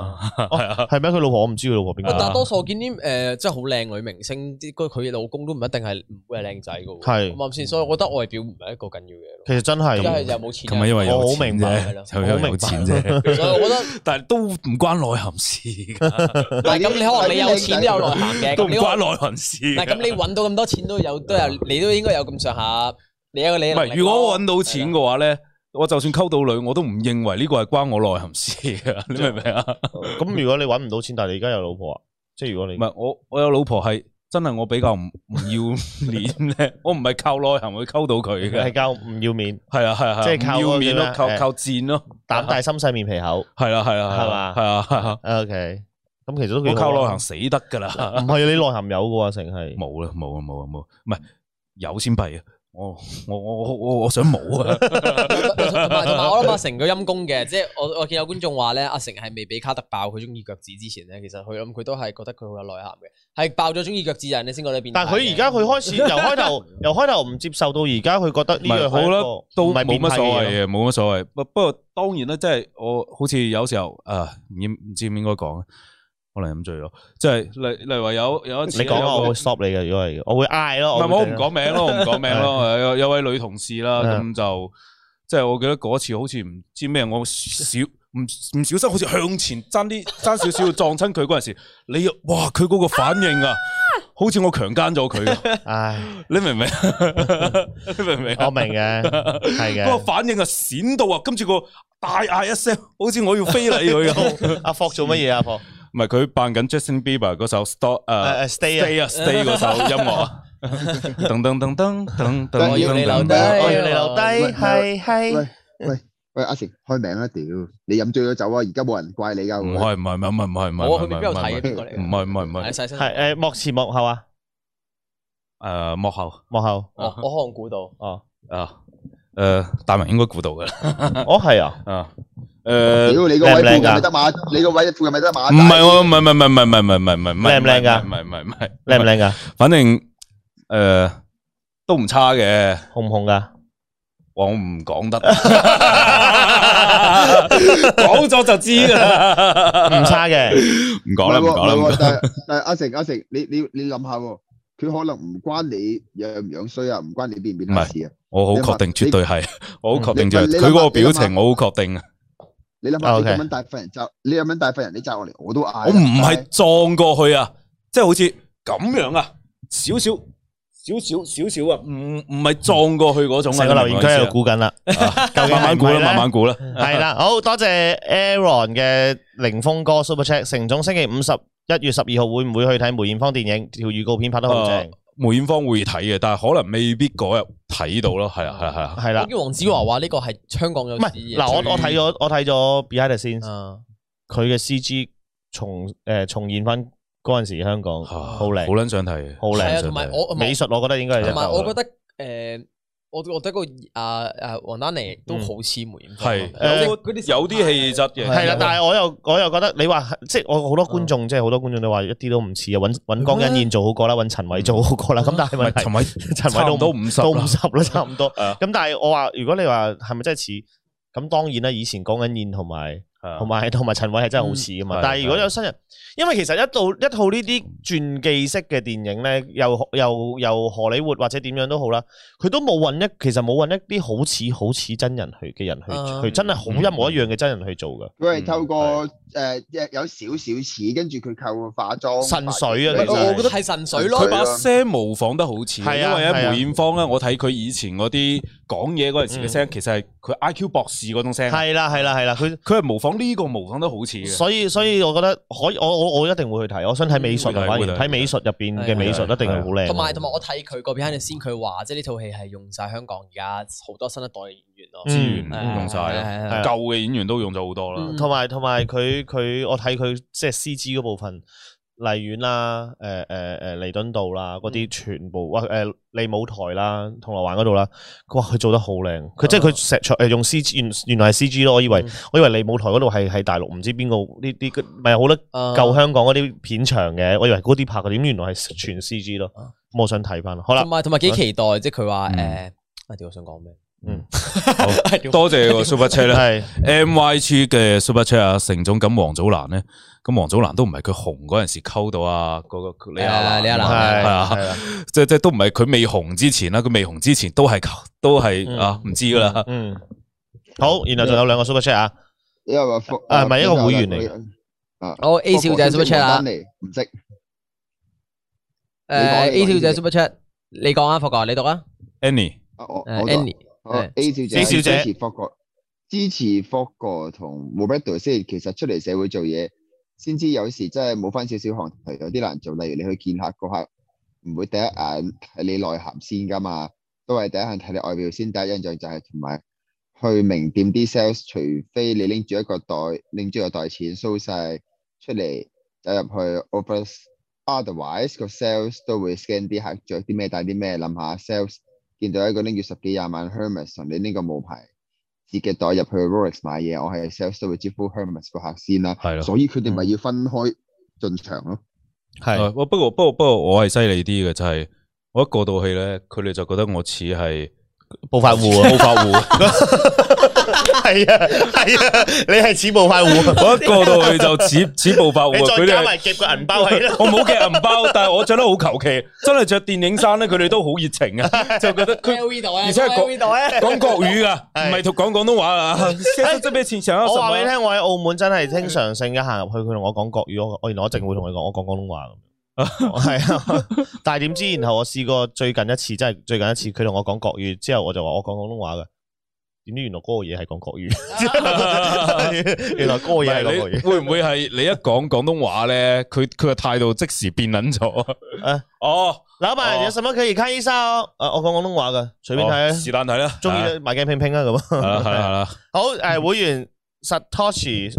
A: 啊，係咩？佢老婆我唔知佢老婆邊
B: 我
A: 個。
B: 但多數我見啲誒真係好靚女明星，啲佢佢老公都唔一定係唔會係靚仔嘅喎。
A: 係
B: 啱唔啱先？所以我覺得外表唔係一個緊要嘅嘢
A: 其實真
B: 咯，真係
A: 係
B: 有冇錢
C: 咁啊，因為有
A: 我好
C: 錢
A: 明白
B: 係咯
C: 啫， 就因為有錢 啫，
B: 為所以我覺得
C: 但係都唔關內涵事㗎，
B: 唔係咁，你可能你有錢都有內涵嘅，
C: 都唔
B: 咁你可
C: 關
B: 能
C: 內涵事
B: 唔係咁，
C: 㗎。
B: 你揾到咁多錢都有都有，你都應該有咁上下。你有你嘅
C: 唔
B: 能力
C: 係，
B: 咯
C: 如果我揾到錢嘅話咧，我就算溝到女，我都唔認為呢個係關我內涵事㗎。你明唔明啊？
A: 咁。如果你搵唔到錢，但係你而家有老婆啊，即係如果你
C: 唔係我我有老婆係真係我比較唔唔要臉咧， 我唔係靠內涵去溝到佢
A: 係
C: 嘅，
A: 交唔要面，
C: 係啊係啊，
A: 即係靠
C: 唔要面
A: 嗰
C: 咯，
A: 啲
C: 靠
A: 咩
C: 靠賤咯，啊
A: 膽大心細面皮厚。
C: 係啦係啦
A: 係嘛
C: 係啊係啊。
A: OK，咁其實都
C: 我
A: 幾
C: 靠
A: 內
C: 內行，死得噶啦
A: 唔，係你內涵有嘅喎，成係
C: 冇啦冇啊冇啊冇啊冇，唔系有先弊啊！我我我我我我想冇 啊！
B: 同埋同埋，我諗阿成佢陰公嘅，即係我我見有觀眾話咧，阿成係未俾卡特爆佢中意腳趾之前咧，其實佢咁佢都係覺得佢好有內涵嘅，係爆咗中意腳趾人你先覺得變態嘅。
A: 但係佢而家佢 開始由開頭由開頭唔接受到而家，佢覺得呢樣
C: 唔係好啦都
A: 唔係
C: 冇
A: 變態
C: 乜
A: 嘅
C: 所謂
A: 嘢
C: 嘅，冇乜所謂。不不過當然啦，即係我好似有時候啊，唔應唔知唔應該講，啊可能飲醉咗。即係例例如話有有一次
A: 你講啊，我會
C: 有個
A: stop 你嘅，如果係，我會嗌咯。
C: 唔係
A: 會
C: 我唔
A: 頂
C: 講名咯，我唔講名咯。有有位女同事啦，
A: 嗯
C: 咁就即係我記得嗰次好似唔知咩，我小唔唔小心好似向前爭啲爭少少撞親佢嗰陣時，你哇佢嗰個反應 啊，好似我強姦咗佢啊！
A: 唉，
C: 你明唔明？啊 你明唔明啊？
A: 我明嘅，係
C: 嗰個
A: 嘅。
C: 反應啊閃到啊，跟住個大嗌一聲，好似我要非禮佢 咁。
A: 阿霍做乜嘢啊？霍
C: 唔係佢扮緊 Justin Bieber 嗰首 Stop
A: 誒誒
C: 誒
A: stay 啊！
C: Stay 啊 Stay 嗰首音樂啊，噔噔噔噔噔噔，
D: 我要
B: 你留低
A: 我要你留低，係係。
D: 喂，阿成開名啦，屌！你飲醉咗酒啊，而家冇人怪你噶。
C: 唔係唔係唔係唔係唔係
B: 我
C: 唔
B: 去邊
C: 係
B: 邊
C: 唔
B: 度睇嘅
C: 係
B: 邊個嚟㗎？
C: 唔係唔係唔係
B: 係細身。
A: 係誒，幕前幕後啊，
C: 誒幕後
A: 幕後
B: 我我可能估到，
A: 哦，
C: 啊誒大文應該估到㗎啦
A: 哦係啊，
C: 啊誒。
D: 屌你個
A: 靚唔
D: 位
A: 靚
D: 附近
A: 㗎
D: 咪得馬，你個位附近咪得馬
C: 唔
D: 仔。
C: 係我唔係唔係唔係唔係唔係唔係唔係
A: 靚唔靚㗎
C: 唔係唔係唔係，
A: 靚唔？靚噶？
C: 反正誒都唔差嘅，
A: 紅唔紅噶？
C: 我唔講得， 講咗就知㗎啦，
A: 唔差嘅，
C: 唔講啦，唔講啦，唔講
D: 唔係喎唔係喎
C: 啦。
D: 但係但係阿成阿成，你你你諗下喎，佢可能唔關你樣唔樣衰啊，唔關你變唔變態事啊。
C: 我好確定，
D: 你
C: 絕對係，我好確定
D: 你
C: 絕
D: 你
C: 對。
D: 諗
C: 佢
D: 下
C: 嗰個表
D: 你諗
C: 情，我好確定啊！
D: 你諗下，你
A: OK
D: 咁樣大份人責，你咁樣大份人，你責我嚟，我都嗌。啊
C: 我唔係撞過去啊，即係好似咁樣啊，少少少少少少啊，唔唔係撞過去嗰種啊。
A: 成個留
C: 你
A: 言區
C: 明唔明我意
A: 喺
C: 思
A: 度估緊啦，
C: 啊
A: 究竟
C: 慢慢估啦，慢慢
A: 估。
C: 估啦。
A: 係 啦，好多謝 Aaron 嘅凌風哥 Super Chat，成總星期五十一月十二號會唔會去睇梅艷芳電影？條預告片拍得好
B: 哦
A: 正，
C: 梅艷芳會睇嘅，但係可能未必嗰日睇到咯。係啊，係啊，係啊。
A: 係啦
B: 我。見黃子華話呢個係香港有
A: 唔係嗱，我我睇咗我睇咗 Behind the Scenes，
B: 啊，
A: 佢嘅 CG 重誒重現翻嗰陣時香港好
C: 啊好
A: 靚，
C: 撚想睇，
A: 好靚
B: 啊係啊，
C: 想睇
B: 同埋我
A: 美術我覺得應該係一
B: 同埋我
A: 流
B: 覺
A: 啦。
B: 得誒，我我覺得個阿阿黃丹妮都好似梅艷芳，
C: 係
A: 誒
C: 有啲有啲氣質嘅，
B: 啊
A: 係啦，啊但
C: 係啊
A: 係我又我又覺得你話即係我好多觀眾，即係好多觀眾都話一啲都唔似啊，揾揾江
B: 嗯
A: 欣燕做好過啦，揾陳偉做好過啦。咁但係
C: 唔係
A: 問題
C: 陳偉
A: 陳偉
C: 都
A: 都
C: 五十
A: 都
C: 啦
A: 五。十 啦，差唔多。
C: 係啊
A: 咁但係我話，如果你話係咪真係似？咁當然啦，以前江欣燕同埋
C: 係啊
A: 同埋 同埋陳偉係真係好似噶嘛。
C: 嗯
A: 但係如果
C: 係
A: 有新人，因為其實一到一套呢啲傳記式嘅電影咧，又又又荷里活或者點樣都好啦，佢都冇揾一其實冇揾一啲好似好似真人去嘅人去，
B: 啊
A: 佢、真係好一模一樣嘅真人去做噶。
D: 佢係透過誒有少少似，跟住佢靠化妝
A: 神水啊
D: 化妝
A: 其實
D: 我
B: 我
D: 覺
B: 覺
D: 得
B: 得係神水咯
C: 佢。把聲模仿得好似，因為
A: 係啊
C: 咧
A: 係啊
C: 梅艷芳咧，我睇佢以前嗰啲講嘢嗰陣時嘅聲，其實係佢 IQ 博士嗰種
A: 嗯
C: 聲，
A: 係啦係啦係啦，佢
C: 佢係模仿呢個模仿得好似嘅。
A: 所以所以我覺得可以，我我我一定會去睇，我想睇美術
C: 會
A: 啊，
C: 睇
A: 反而
C: 會睇
A: 睇美術入邊嘅美術一定係好靚。
B: 同埋同埋，我睇佢嗰邊喺度先，佢話即係呢套戲係用晒香港而家好多新一代嘅演員咯，
A: 嗯
C: 資源
B: 係啊
C: 用晒啊啦，
B: 係係
A: 係
C: 舊嘅演員都用咗好多啦
B: 嗯。
A: 同埋同埋佢佢我睇佢即係 C G 嗰部分，荔苑啦，誒誒誒彌敦道啦，嗰
B: 嗯
A: 啲全部哇誒利舞台啦，銅鑼灣嗰度啦，佢話佢做得好靚，佢即係佢石場誒用 C G 原原來係 C G 咯，我以為
B: 嗯
A: 我以為利舞台嗰度係係大陸唔知邊個呢啲咪好多
B: 啊
A: 舊香港嗰啲片場嘅，我以為嗰啲拍嘅點原來係全 C G 咯，
B: 啊
A: 咁我想睇翻好啦
B: 同，埋同埋幾期待，即係佢話
C: 嗯
B: 誒，啊屌我想講咩？哎
A: 嗯，
C: 多謝個 Super Chat 啦
A: 係
C: ，M Y G 嘅 Super Chat 啊，成總咁王祖藍咧，咁王祖藍都唔係佢紅嗰陣時溝到啊嗰個李亞
B: 誒李亞男
C: 男啊。
A: 係
C: 係啊
A: 係啊，
C: 即即都唔係佢未紅之前啦，佢未紅之前都係都係
A: 嗯
C: 啊唔知噶啦。
A: 嗯，好，然後仲有兩個 super chat 啊。
D: 因為話服
A: 啊唔係一個會員嚟
D: 嘅。
B: 好 A 小姐 super
A: 啊
B: chat 啦，
D: 唔識
B: 誒 A 小
D: 你講你
B: 姐
D: 講
B: super chat，你講啊，霍哥你讀啊，
C: Annie
D: 啊我
B: 誒
D: 我就
B: Annie，
D: 好 A 小姐
A: A 小姐
D: 支持霍哥，支持霍哥同 Roberto 先，其實出嚟社會做嘢，先知有時真係冇翻少少行頭，有啲難做。例如你去見客，個客唔會第一眼睇你內涵先㗎嘛，都係第一眼睇你外表先。第一印象就係同埋去名店啲 sales，除非你拎住一個袋，拎住個袋錢 show 晒出嚟，走入去 Opus。Otherwise 個 sales 都會 scan 啲客着啲咩，帶啲咩，諗下 sales 見到一個拎住十幾廿萬 Hermes 同你呢個冇牌自嘅袋入去 Rolex 買嘢，我係 sales 都會招呼 Hermes 個客先啦。
C: 係咯
D: 所以佢哋咪要分開進場咯。
C: 誒不過不過不過我係犀利啲嘅，就係我一過到去咧，佢哋就覺得我似係
A: 暴發户 啊，暴發户，系啊系啊，你系似暴發户，
C: 我一過到去就 似似 暴發户啊，
A: 你
C: 佢
A: 再加
C: 哋
A: 埋夾個銀包喺 度，
C: 我冇嘅銀包，但係我着得好求其，真係着電影衫咧，佢哋都好熱情啊， 就覺得佢
B: LV 袋啊，
C: 而且係
B: 講 LV 袋啊，
C: 講國語噶，唔
A: 係
C: 係讀講廣東話啊啦。先生俾錢上
A: 我話俾 你聽，我喺澳門真係經常性嘅行入去，佢同我講國語，我我原來我淨會同佢講我講廣東話 咁。系啊，但係點知然後我試過最近一次，真係最近一次，佢同我講國語之後，我就話我講廣東話嘅。點知原來嗰個嘢係講國 語， 原來嗰個嘢係講國語。
C: 會唔會係你一講廣東話咧，佢佢嘅態度即時變撚咗？
A: 誒
C: 哦，
A: 老闆
C: 哦
A: 啊有什麼可以看一下哦？誒我講廣東話嘅，隨便睇
C: 哦
A: 啊，
C: 是但睇啦，
A: 中意
C: 係
A: 就買鏡拼拼啊咁。
C: 啦係啦係啦，
A: 好诶、誒會員 Satoshi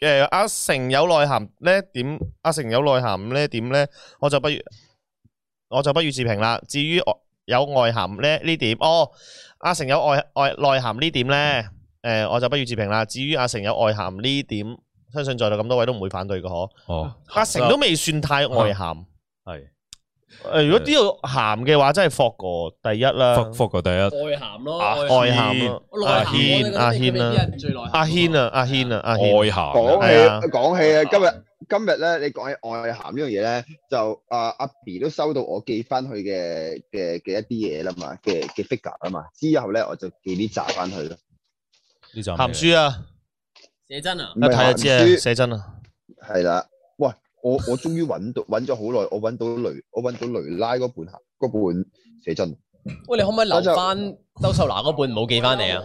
A: 诶、阿成有內涵呢點？阿成有內涵呢點呢？我就不如我就不予置評啦。至於我有外涵呢呢點，哦，阿成有外外內涵呢點呢？诶、我就不予置評啦。至於阿成有外涵呢點，相信在座咁多位都唔會反對嘅嗬。
C: 哦，
A: 阿成都未算太外涵。
C: 係
A: 诶、如果呢度鹹嘅話，真係霍哥第一啦。
C: 福福個第一，
B: 外涵咯，
C: 啊
A: 外涵啊
B: 我內
A: 阿
B: 涵我覺
A: 軒
B: 得
A: 阿
B: 佢未必
A: 軒啊，
B: 係最內涵
A: 阿軒啊，阿軒啊，阿軒。
C: 外行
D: 講
C: 啊
A: 係啊
D: 起講起啊，今日今日咧，你講起外涵呢樣嘢咧，就啊阿 B 都收到我寄翻去嘅嘅嘅一啲嘢啦嘛，嘅嘅 figure 啊嘛，之後咧我就寄啲集翻去咯。
C: 呢站
A: 鹹書啊，
B: 寫真啊
D: 唔
A: 一
D: 係
A: 睇就知
D: 鹹
A: 啊，
D: 書
A: 寫真啊，
D: 係啦，喂，我我終於揾到揾咗好耐，我揾到雷，我揾到雷拉嗰本盒嗰本寫真，
B: 喂，你可唔可以留
D: 我就
B: 翻周秀娜嗰本唔好寄翻嚟啊？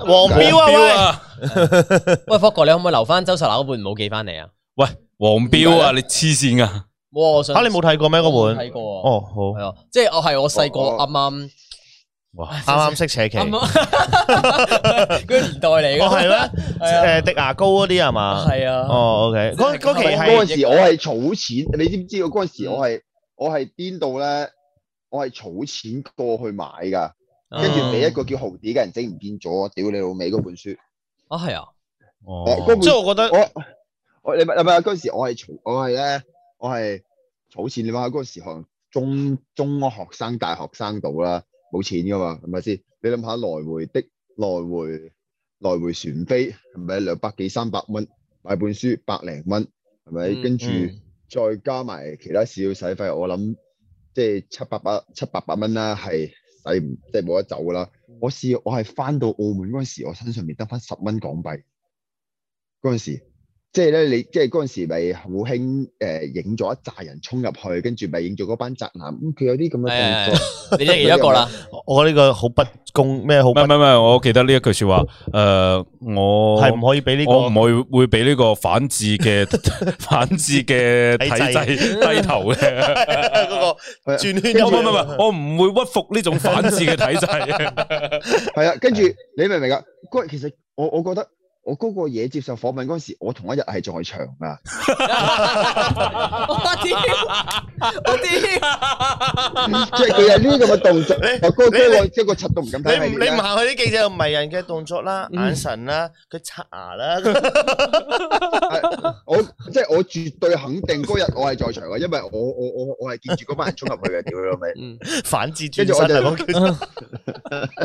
A: 黃標啊
C: 標
A: 喂，
C: 啊，
B: 喂，霍哥，你可唔可以留翻周秀娜嗰本唔好寄翻嚟啊？
C: 黃標啊，你黐線噶，
B: 哇我想
A: 啊你冇睇過咩嗰
B: 睇
A: 本？
B: 過啊，
A: 哦，好
B: 係，啊，即係我係我細個
D: 哦哦
B: 啱啱
C: 哇，
A: 啱啱識扯旗，
B: 啱
A: 哦
B: 啱 嗰個年代嚟㗎，
A: 係咩？
B: 係啊，
A: 誒滴牙膏嗰啲係嘛？
B: 係啊，
A: 哦，OK，嗰嗰期
B: 係
D: 嗰
A: 係
D: 陣時我係儲錢，你知唔知我嗰陣時我係我係邊度咧？我係儲錢過去買㗎，跟住俾一個叫豪啲嘅人整唔見咗，我屌你老味嗰本書。
B: 啊係啊，
D: 哦
C: 哦
D: 嗰本
A: 即係我覺得
D: 我我你咪你咪嗰陣時我係儲我係咧我係儲錢你諗下嗰陣時可能中中學生大學生到啦，冇錢噶嘛，係咪先？你諗下來回的來回來回船飛係咪兩百幾三百蚊買本書百零蚊係咪？
B: 嗯
D: 跟住
A: 嗯
D: 再加埋其他少少使費，我諗即係七八百七八百蚊啦，係使唔即係冇得走噶啦。我試我係翻到澳門嗰陣時，我身上面得翻十蚊港幣嗰陣時。即係咧，你即係嗰陣時咪好興誒，影咗一紮人衝入去，跟住咪影咗嗰班宅男。咁、嗯佢有啲咁嘅動作，
B: 你一人一個啦，
A: 我呢個好不公，咩好
C: 唔
A: 不
C: 係唔係唔係，我記得呢一句說話，誒，我
A: 係唔可以俾呢個
C: 我唔會會俾呢個反智嘅 反智嘅體制低頭嘅，哦
A: 嗰個轉圈
D: 跟住
C: 唔
A: 有冇
C: 唔唔，唔我唔會屈服呢種反智嘅體制。
D: 係啊。跟住你明唔明啊？嗰其實我我覺得我嗰個嘢接受訪問嗰陣時，我同一日係在場啊 㗎。
A: 哦
B: 我屌，我屌，
D: 即係佢有呢啲咁嘅動作，
A: 你
D: 我哥
A: 你
D: 哥我即係個柒都唔敢
A: 你
D: 睇
A: 唔
D: 係
A: 你
D: 點
A: 唔
D: 啊。
A: 行去啲記者有迷人嘅動作啦、眼神啦、佢刷牙啦，
D: 我即係我絕對肯定嗰日我係在場嘅，因為我我我我係見住嗰班人衝入去嘅，屌你老味！
B: 嗯，
A: 反智轉
D: 跟住我就
A: 身啊！嗰個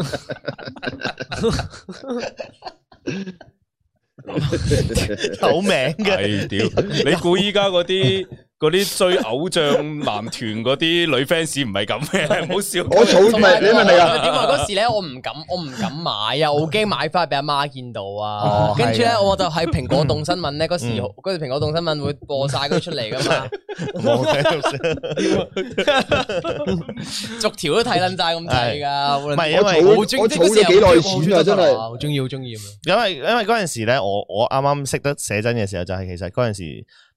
A: 有名嘅，
C: 係屌，你估依家嗰啲嗰啲追偶像男團嗰啲女 fans 唔係咁嘅，唔好笑。
D: 我儲唔係你明唔明啊？
B: 點啊？嗰時咧，我唔敢，我唔敢買啊！我好驚買翻俾阿媽見到啊
A: 哦！
B: 跟住咧
A: 係，啊
B: 我就喺蘋果動新聞咧，嗰時
A: 嗯
B: 嗰時蘋果動新聞會播晒佢出嚟噶嘛，
A: 冇睇到
B: 逐條都睇撚晒咁睇噶。
A: 唔
B: 唔
A: 係因
D: 我
A: 為
D: 儲
B: 好中
D: 我
B: 意，即係
D: 儲
B: 嗰時
D: 咗
B: 係好中意
D: 幾耐錢啊！真
B: 周秀娜
D: 係
B: 好中意，好中意咁樣。
A: 因為因為嗰陣時咧，我我啱啱識得寫真嘅時候，就係、其實嗰陣時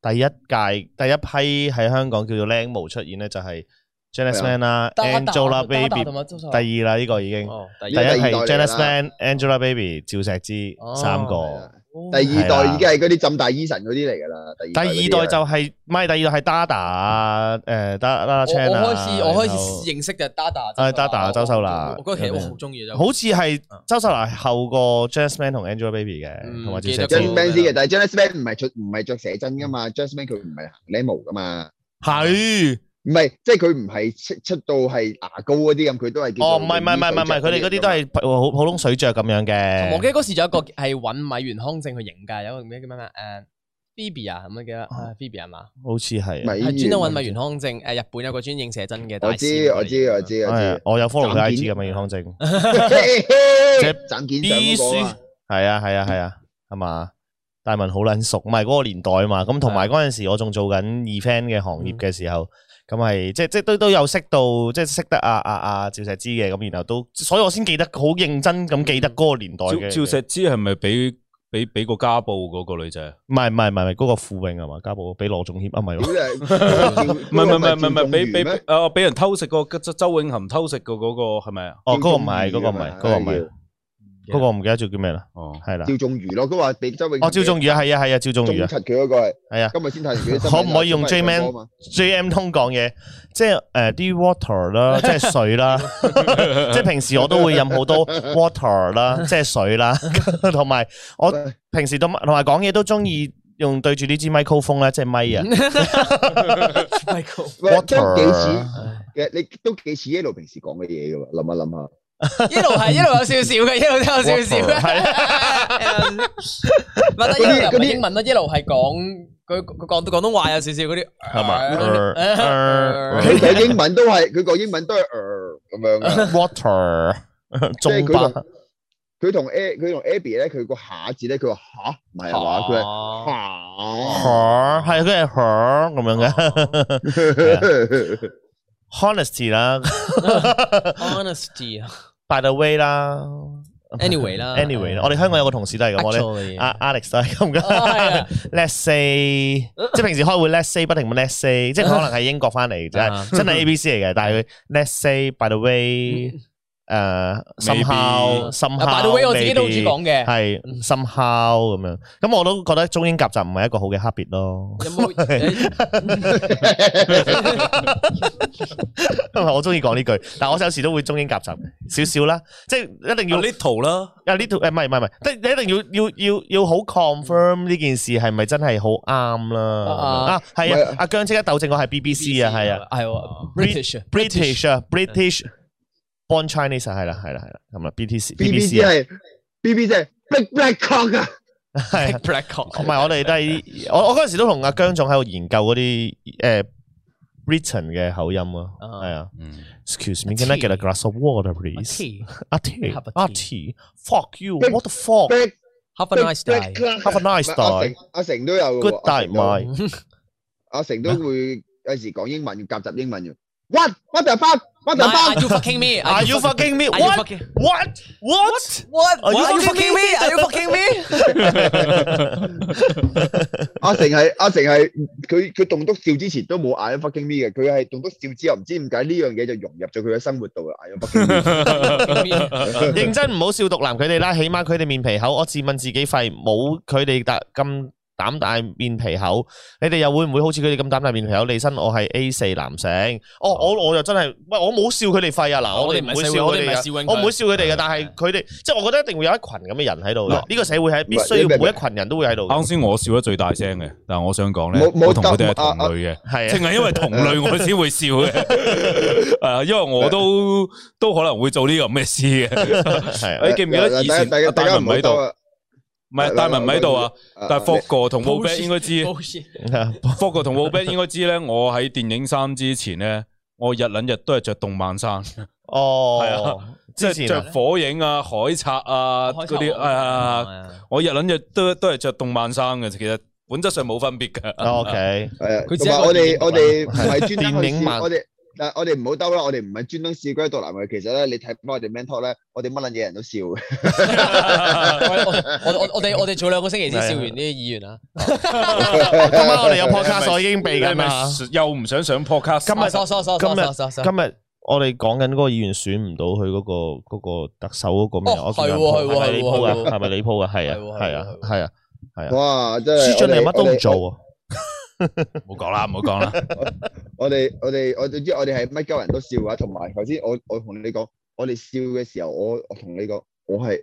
A: 第一屆第一批喺香港叫做靚模出現咧，就係 Janice
D: 係啊
A: Man 啦、Angelababy，
B: 同埋周秀娜
A: 第二啦呢個已經。
B: 哦，第
A: 第一
D: 呢個第二
A: 係
D: 代嚟
A: Janice
D: 啦
A: Man、Angelababy、趙石之
B: 哦
A: 三個，
D: 係啊第二代已經係嗰啲浸大 Eason 嗰啲嚟㗎啦。
A: 第
D: 第
A: 二
D: 二
A: 代
D: 代
A: 就係唔係第二代係 Dada 啊誒 Dada
B: 我
A: Chan 啊
B: 我開始我開
A: 然後
B: 始認識就係 Dada，
A: 啊 Dada，周
B: 周秀娜
A: 秀娜
B: 我嗰個其實我好中意
A: 好似係周秀娜後過 Jasmine 同 Angelababy 嘅，
B: 嗯
A: 同埋趙
B: 記
A: 石
B: 得
A: 堅
D: Jasmine
B: 佢
D: Man 嘅，但係 Jasmine Man 唔係着唔係着寫真㗎嘛，Jasmine 佢唔係行 lemo 㗎嘛，
A: 係
D: 唔係即係佢唔係出出到係牙膏嗰啲咁，佢都係叫做
A: 哦，唔係唔係唔係唔係，佢哋嗰啲都係普普通水着咁樣
D: 呃
A: 嘅。
B: 我記得嗰時仲有一個係揾米元康正去影㗎，有個咩叫咩咩誒 Phoebe 啊，咁樣記
D: 哦
B: 得啊 Phoebe 係嘛？
A: 好似係，
D: 米
B: 係專登揾米元康正呃誒日本有個專影寫真嘅大
D: 我
B: 師
D: 知
B: 嚟㗎。
D: 我知我知我
A: 係啊
D: 知，
A: 我有 follow 佢
D: 斬
A: IG
D: 件
A: 嘅嘛，健康證。
D: 即係斬件上
A: B
D: 嗰個
A: 書
D: 啊
A: 係啊係啊係啊，係嘛？大文好撚熟，唔係嗰個年代啊嘛。咁同埋嗰陣時，我仲做緊 event 嘅行業嘅時候，咁係即即都都有識到，即識得阿阿阿趙石之嘅，咁然後都，所以我先記得好認真咁記得嗰個年代
C: 趙
A: 嘅。
C: 趙石之係咪俾俾俾個家暴嗰個女仔啊？
A: 唔係唔係唔係唔係嗰個傅穎係嘛？家寶俾羅仲協啊，唔係
D: 屌
A: 喎
D: 你
C: 唔係唔係唔係唔係俾
D: 趙
C: 俾
D: 仲元咩
C: 啊！俾人偷食個周周永含偷食個嗰個係咪啊？
A: 哦，嗰個唔係，嗰個唔係，嗰個唔係，嗰個唔記得咗叫咩啦，
C: 哦，
A: 係啦。
D: 趙仲如咯，佢話俾周永
A: 哦，趙仲宇啊，係啊係啊，趙仲
D: 中
A: 宇啊
D: 柒，佢嗰個係
A: 係啊。
D: 今日先睇完佢啲新聞
A: 可唔可以用
D: 因為佢
A: J-Man？
D: 上波嘛
A: J.M. 通講嘢，即係誒啲 water 啦，即係水啦，即係平時我都會飲好多 water 啦，即係水啦， 同埋我平時都同埋講嘢都中意用對住呢支咪高峰啦，即係咪 啊，
B: Michael，
D: 喂
A: Water
D: 真幾似嘅，你都幾似 Yellow 平時講嘅嘢㗎喎，諗一諗下。
B: 一路 係一路有少少嘅，一路都有少少嘅。
A: 啊
B: 唔係得一路又唔係英文啦，一路係講佢佢講到廣東話有少少嗰啲呃
A: 係呃
B: Ờ.
A: 嘛
D: 佢講英文都係，佢講英文都係呃咁樣㗎。
A: water
D: 即
A: 中
D: 係佢
A: 巴
D: 同佢同 A 佢同 Abby 咧，佢個下字咧，佢話吓唔
B: 呃
D: 係話佢係
B: 話
A: 響
D: 吓
A: 係啊佢係 響咁樣嘅 honesty 啦
B: honesty 啊
A: ，by the way 啦
B: ，anyway 啦
A: ，anyway 啦，我哋香港有個同事都係咁，我啊哋。
B: Actually
A: 阿 Alex 都係咁噶
B: 哦係啊。
A: Let's say，即係平時開會 Let's say 不停咁 Let's say，即係佢可能係英國翻嚟，真係真係 A B C 嚟嘅，但係佢 Let's say by the way，誒 somehow
C: Maybe
A: somehow，
B: 啊，by the way，我自己都好中意
A: maybe，
B: 講嘅。
A: 係 somehow 咁樣，咁我都覺得中英夾雜唔係一個好嘅 habit 咯，
B: 有冇？誒
A: 因為我中意講呢句，但我有時都會中英夾雜少少啦，即係一定要
C: 呢圖 啦，
A: 啊呢條誒唔係唔係唔係，即係你一定要要要要好 confirm 呢件事係咪真係好啱啦？
B: 啊
A: 啊係
D: 唔係
A: 啊，阿姜即刻糾正我係 BBC 啊，係啊，
B: 係喎，British 啊
A: ，British 啊，British born Chinese 啊係啦係啦係啦，咁啦 BTC
D: BBC
A: BBC 啊，
D: 係 BBC 係 Big Black à? Cock 啊，
A: 係啊
B: Black Cock
A: 唔係我哋都係我我嗰陣時都同阿姜總喺度研究嗰啲誒 Britain 嘅口音啊，
B: 啊
A: 係啊
C: 嗯，
A: ，Excuse me，can I get a glass of water please？
B: Tea.
A: 阿 T
B: Have a
A: 阿
B: tea.
A: T，fuck you，what the fuck？Have
D: Big
B: Have a
D: Big
B: nice
D: Black
B: day。
D: Cock。
A: a nice day，good
D: 阿成阿成都有嘅喎阿
A: day
D: 成都
A: my。
D: 阿成都會有時講英文夾雜英文嘅。What what the fuck what the
B: Are
D: fuck？
B: you fucking me?
A: Are you fucking me?
B: Are you
A: What?
B: fucking?
A: What? What?
B: What?
A: Are you
B: What? Are you
A: fucking
B: fucking me? Are you fucking me?
D: 阿成係阿成係佢佢棟篤笑之前都冇嗌咗 fucking me 嘅，佢係棟篤笑之後唔知點解呢樣嘢就融入咗佢嘅生活度啦，嗌咗 fucking me。
A: 認真唔好笑毒男佢哋啦，起碼佢哋面皮厚。我自問自己廢，冇佢哋大咁膽大面皮厚。你哋又會唔會好似佢哋咁膽大面皮厚？利申我係 A 四男性，哦，我我又真係，喂，我冇笑佢哋廢啊！嗱，
B: 我
A: 我
B: 哋
A: 哋
B: 唔
A: 唔
B: 係
A: 會
B: 笑
A: 笑
B: 我
A: 佢
B: 哋唔
A: 哋嘅
B: 係笑緊佢
A: 我唔會笑佢哋
B: 係
A: 嘅，但係佢哋即係我覺得一定會有一群咁嘅人喺度嘅。
C: 嗱
A: 呢個社會係必須要每一群人都會喺度嘅。
C: 啱先我笑得最大聲嘅，但係我想講咧，
D: 冇冇
C: 我同佢哋係
D: 得啊
C: 同類嘅。
A: 係
C: 淨係因為同類我先會笑嘅， 係啊，因為我 都都可能會做呢個咁嘅事嘅。
A: 啊，係啊
C: 誒，記唔記
D: Dạ,
C: 得以前
D: 大家
C: 阿
D: 大
C: 戴
D: 家
C: 文
D: 唔
C: 唔
D: 好
C: 喺度，
D: 多
C: 唔
D: 啊
C: 係戴文唔喺度啊，
D: 啊
C: 但係
D: 啊
C: Fog 哥同 w o b e t
B: 你
C: 應該知
B: Bullshit。
C: ，Fog 哥同 w o b e t 應該知咧。我喺電影衫之前咧，我日撚日都係着動漫衫，係
A: 哦
C: 啊，即
A: 之
C: 係
A: 前
C: 着
A: 啊
C: 火影啊、海賊啊嗰啲，係啊，係啊我日撚日都都係着動漫衫嘅，其實本質上冇分別嘅。
A: 哦，OK，
D: 係啊，
B: 佢只
D: 同埋
B: 係一個
D: 我哋
B: 電影
D: 我哋唔係專登去
A: 電影
D: 試，
A: 漫
D: 我哋嗱我哋唔好兜啦，我哋唔係專登試嗰啲獨男嘅。其實咧，你睇翻我哋 man talk 咧，我哋乜撚嘢人都笑嘅。
B: 我我我哋我哋早兩個星期先笑完呢啲議員啊，
A: 今晚我哋有
C: 你係
A: podcast，
C: 咪
A: 我已經避
C: 你係
A: 緊
C: 咪
A: 啦。
C: 又唔想上 podcast？
A: 今日
B: 啊，sorry sorry sorry
A: 今日
B: sorry sorry sorry，
A: 今日我哋講緊嗰個議員選唔到佢嗰個嗰個特首嗰個咩啊？
B: 哦
A: 我見有人
B: 係喎
A: 鋪係咪你鋪
B: 係喎係喎
A: 啊？係咪你鋪啊？係啊
B: 係喎係喎
A: 係啊
B: 係喎
A: 係啊！
D: 哇！真係
A: 輸盡你係乜都
D: 我
A: 唔
D: 哋
A: 做喎。
C: 唔好講啦，唔好講啦。
D: 我哋我哋我哋知我哋係乜鳩人都笑啊，同埋頭先我我同你講，我哋笑嘅時候，我我同你講，我係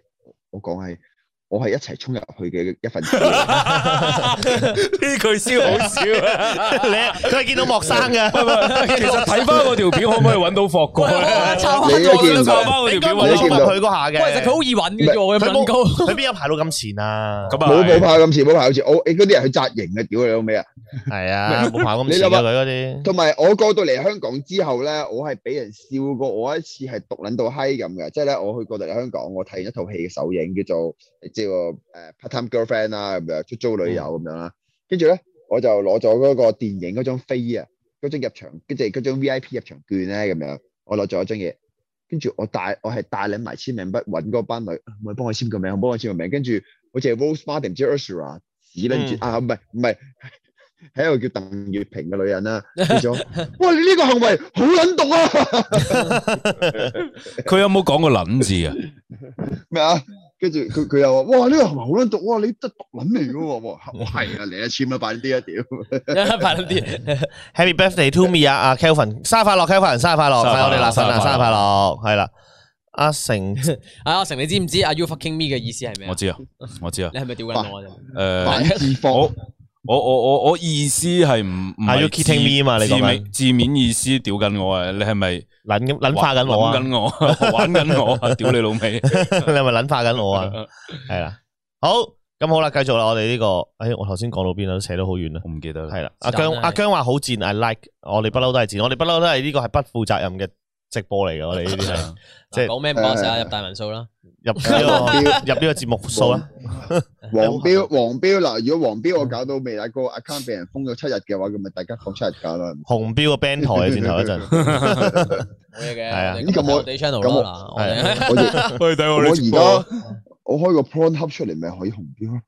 D: 我講係我係一齊衝入去嘅一 份子。
C: 呢句先好笑啊！
A: 你佢係見到莫生 嘅，
C: 其實睇翻我條片可唔可以揾到霍哥
B: 喂我 我
C: 咧？
B: 抄
D: 你都見
C: 我
D: 到
C: 抄翻我條
A: 應該
C: 片
A: 冇
C: 揾
A: 落
D: 你見到
A: 佢嗰下嘅。
B: 喂，其實佢好易揾嘅啫喎，佢
A: 佢
B: 咁高。
A: 冇佢邊有排到咁前啊？
C: 咁
D: 冇冇
C: 啊
D: 跑咁前，冇跑咁前，我嗰啲人去扎營嘅，屌你老味啊！
A: 係啊，冇跑咁前
D: 你諗
A: 啊
D: 下
A: 佢嗰啲。
D: 同埋我過到嚟香港之後咧，我係俾人笑過，我一次係毒撚到閪咁嘅，即係咧我去過嚟香港，我睇完一套戲嘅首映叫做你知喎誒 part time girlfriend 啦咁樣，出租女友咁樣啦，跟住咧我就攞咗嗰個電影嗰張飛啊，嗰張入場，跟住嗰張 V I P 入場券咧咁樣，我攞咗一張嘢，跟住我帶我係帶領埋簽名筆揾嗰班女，唔係幫我簽個名，我幫我簽個名，跟住好似係 Rose Martin 唔知 Ursula 指撚
A: 嗯
D: 住啊，唔係唔係。喺一個叫鄧月平嘅女人啦，變咗，哇！你呢個行為好撚毒啊！
C: 佢有冇講個撚字啊？
D: 咩啊？跟住佢佢又話：哇！呢個行為好撚毒，啊哇！你真係毒撚嚟嘅喎，我話我係啊，你一簽啦，快啲啊！屌，
B: 快啲，
A: Happy birthday to me 啊！阿 Kelvin，生日快樂，Kelvin，生日快樂，
C: 生日快樂
A: 我哋立信啊，生
C: 生
A: 日快
C: 日快
A: 樂，係啦。阿成
B: 阿成，你知唔知阿 You fucking me 嘅意思係咩啊
C: 我？知啊，我知啊。
B: 你係咪屌緊我啫？
C: 誒，
D: 反智
C: 我
D: 方
C: 我我我我意思係唔唔
A: Are you
C: 係
A: kidding me 嘛你
C: 字
A: 講緊
C: 面字面意思屌緊我啊！你係咪
A: 撚 咁撚化緊我啊！
C: 撚緊我，玩緊我啊！屌你老味！
A: 你係咪撚化緊我啊？係啦，好，咁好啦，繼續啦，我哋呢個，哎，我頭先講到邊啦，都扯到好遠啦。
C: 我唔記得
A: 系
C: 啦。
A: 啦，阿
B: 是但
A: 姜
B: 啦
A: 阿
B: 係
A: 姜話好賤，I like，我哋不嬲都係賤，我哋不嬲都係呢個係不負責任嘅直播嚟嘅，我哋呢啲係即係
B: 講咩唔好成日入大文數啦。
A: 入呢個入呢個節目數啊 啦，
D: 黃標黃標嗱，如果黃
B: 嗯
D: 標我搞到未啊個 account 俾人封咗七日嘅話，咁咪大家放七日 假啦。
A: 紅標個 band 台啊，轉頭一 陣，係
B: 冇嘢嘅，
A: 啊
B: 我哋
D: 咁
B: 咁
D: 我
B: 我哋 channel
D: 咁我啊
B: 啦，嗱我哋
D: 我而
C: 去睇
D: 我
C: 我
D: 而家我開個 Porn Hub 出嚟，咪可以紅標咯。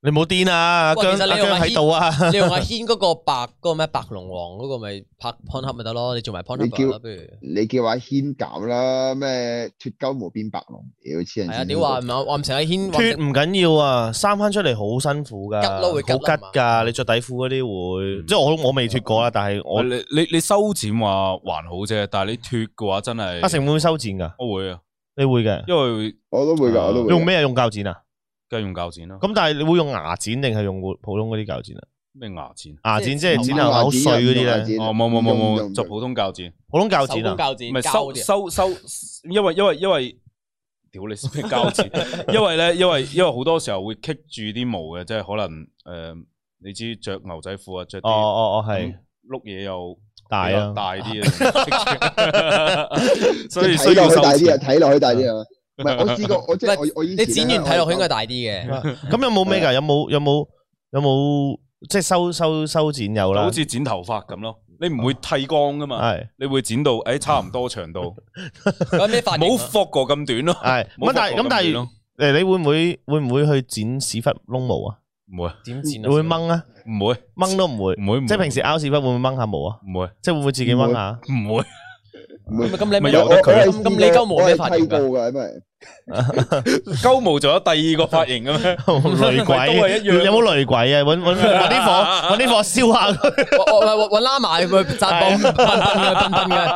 A: 你唔好癲啊，
B: 喂
A: 姜
B: 其實
A: 阿
B: 你用
A: 姜
B: 阿
A: 喺度 啊，
B: 你用阿軒嗰個白嗰個咩白龍王嗰個咪拍 pon hub 咪得咯，你做埋 pon
D: 你
B: hub
D: 叫
B: 啦，不如
D: 你叫阿軒搞啦，咩脱鳩毛變白龍，屌黐人
B: 係
D: 線
B: 啊，屌話唔係話唔成阿軒話
A: 脱唔緊要啊，三翻出嚟好辛苦噶，
B: 吉咯會吉
A: 好
B: 啦
A: 吉噶，你着底褲嗰啲會，
C: 嗯
A: 即係我我未脱過啦，但係
C: 我
A: 我
C: 你你你收錢話還好啫，但係你脱嘅話真係
A: 阿成會唔會收剪噶？
C: 我會啊，
A: 你會嘅，
C: 因為
D: 我都會㗎，我都會㗎。
A: 用咩啊用鉸剪啊？
C: 梗係用铰剪啦，
A: 咁但係你會用牙剪定係用普通嗰啲鉸剪啊？
C: 咩牙剪？啊
A: 牙剪即係
B: 即
A: 剪
B: 係
A: 下好碎嗰啲咧，
C: 哦，冇冇冇冇，就
D: 就
C: 普通铰剪，
A: 普通鉸
B: 手
A: 剪啊
B: 工。教剪
C: 唔係
B: 膠
C: 收
B: 嗰啲啊
C: 收收，因為因為因為。屌你咩膠剪？ 因為咧，因為因為好多時候會棘住啲毛嘅，即係可能诶、誒你知着牛仔褲啊，着
A: 哦
C: 啲
A: 哦哦，係
C: 咁碌嘢又
A: 大
C: 比較
A: 啊！
C: 大啲啊，所以需
D: 睇
C: 要
D: 落去
C: 收
D: 大啲
C: 錢。
D: 啊，
C: 嗯
D: 睇落去大啲啊。唔係，我試過，我即係我我以
B: 你
D: 前
B: 剪
D: 咧
B: 完睇落去應該
D: 我
B: 大啲嘅，
A: 咁有冇咩㗎？有冇有冇有冇即係收收收剪有啦啊
C: 好？似剪頭髮咁咯，你唔會剃光噶嘛，
A: 係
C: 你會剪到诶差唔多長度，
B: 有咩髮型
C: 冇
B: 啊？
C: 霍過咁短咯。
A: 係
C: 冇
A: 咁，但係咁
C: 霍
A: 但
C: 過短
A: 係
C: 咯
A: 誒，你會唔會會唔會去剪屎忽窿毛啊？
C: 唔會
B: 點
A: 你
B: 剪啊？
A: 會掹啊？
C: 唔會
A: 掹都唔會，
C: 唔會，
A: 即係平時拗屎忽會唔會掹下毛啊？
C: 唔會
A: 即係會唔會自己掹下？
C: 唔會
D: 唔會
B: 咁咁你咪
C: 咪
D: 我
C: 由
B: 由
D: 我
B: 得
C: 得
B: 佢
C: 佢啊
D: 我係
B: 咁咁你鳩毛咩啊髮
D: 剃
B: 型
D: 過
B: 㗎？
D: 㗎，因為
C: 鳩毛仲有第二個髮型嘅咩？
A: 雷
C: 都係
A: 鬼
C: 一樣
A: 有冇雷鬼啊？揾揾揾 啲火揾啲火燒下佢。
B: 我我我揾拉埋佢扎到笨笨嘅笨笨嘅，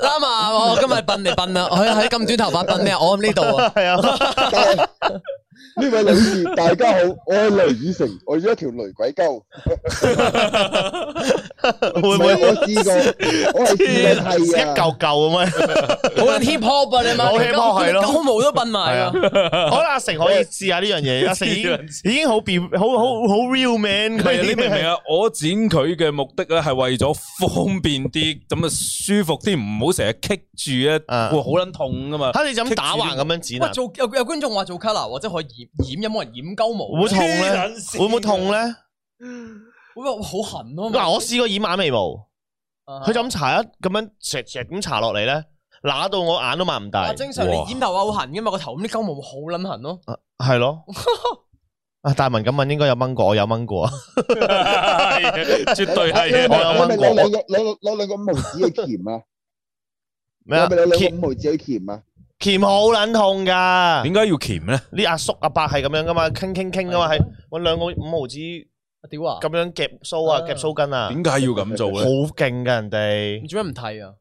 B: 拉埋我今日笨嚟笨啦，佢喺咁短頭髮笨咩？我喺呢度啊，
A: 係啊，
D: 但係呢位女士，大家好，我係雷以成，我要一條雷鬼鳩。
A: 會唔會
D: 唔係我試過，我係試過
A: 一
D: 剃
A: 嚿
D: 啊。
A: 嚿咁啊？
B: 好撚 hip hop 啊你嘛，
A: 好 hip hop，係咯
B: 狗毛都笨
A: 係
B: 埋
A: 啊
B: 啊，，
A: 可能阿成可以試下呢樣 嘢。阿成已經已經好變，好好好 real man
C: 唔係
A: 佢
C: 你
A: 啲
C: 明唔 明
A: 嘢。
C: 啊？我剪佢嘅目的咧係為咗方便啲，咁啊舒服啲，唔好成日棘住咧，
A: 啊
C: 會好撚痛噶嘛。
A: 嚇你就咁打橫咁樣剪
B: 喂
A: 啊？
B: 做有有觀眾話做 colour 或者可以染染，有冇人染鳩
A: 會唔
B: 毛
A: 會
B: 咧？
A: 痛咧？會唔會痛啊咧？
B: 會唔會好痕咯？
A: 嗱，我試過染眼眉毛，
B: 啊
A: 佢就咁搽一咁樣斜斜咁搽落嚟咧，揦到我眼都擘唔
B: 啊
A: 大，
B: 正常你染頭髮啊好痕噶嘛，個頭咁啲鳩毛好撚痕咯。
A: 係 咯。啊，大文咁問應該有掹過，我有掹 過啊，
C: 絕對 係
A: 我有
C: 啊！
A: 掹
D: 你咪
A: 過
D: 攞兩個攞攞兩個五毫子嘅鉗啊！
A: 咩
D: 你
A: 啊
D: 咪攞兩
A: ？keep
D: 個五毫子嘅鉗啊！
A: 钳好撚痛噶，
E: 点解要钳咧？
A: 啲阿叔阿伯係咁樣噶嘛，傾傾傾噶嘛，係搵兩個五毫子咁
B: 屌啊！
A: 樣夾須啊，
B: 啊
A: 夾須巾啊，
E: 点解要咁做
A: 好
E: 咧？
A: 勁噶人哋
B: 你。做咩唔剃啊？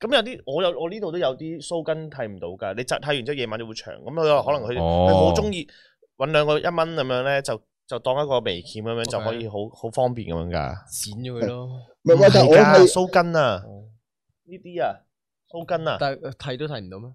A: 咁有啲我有我呢度都有啲鬚根剃唔到㗎，你紮剃完之後夜晚就會長，咁佢可能佢
C: 哦
A: 佢好中意揾兩個一蚊咁樣咧，就就當一個微鉗咁樣
B: OK
A: 就可以好好方便咁樣㗎。
B: 剪咗 佢咯，
D: 唔係喂，但
A: 係
D: 我
A: 㗎，
D: 係
A: 鬚根啊
B: 哦，
A: 呢啲啊，鬚根啊，
B: 但係呃剃都剃 唔到咩？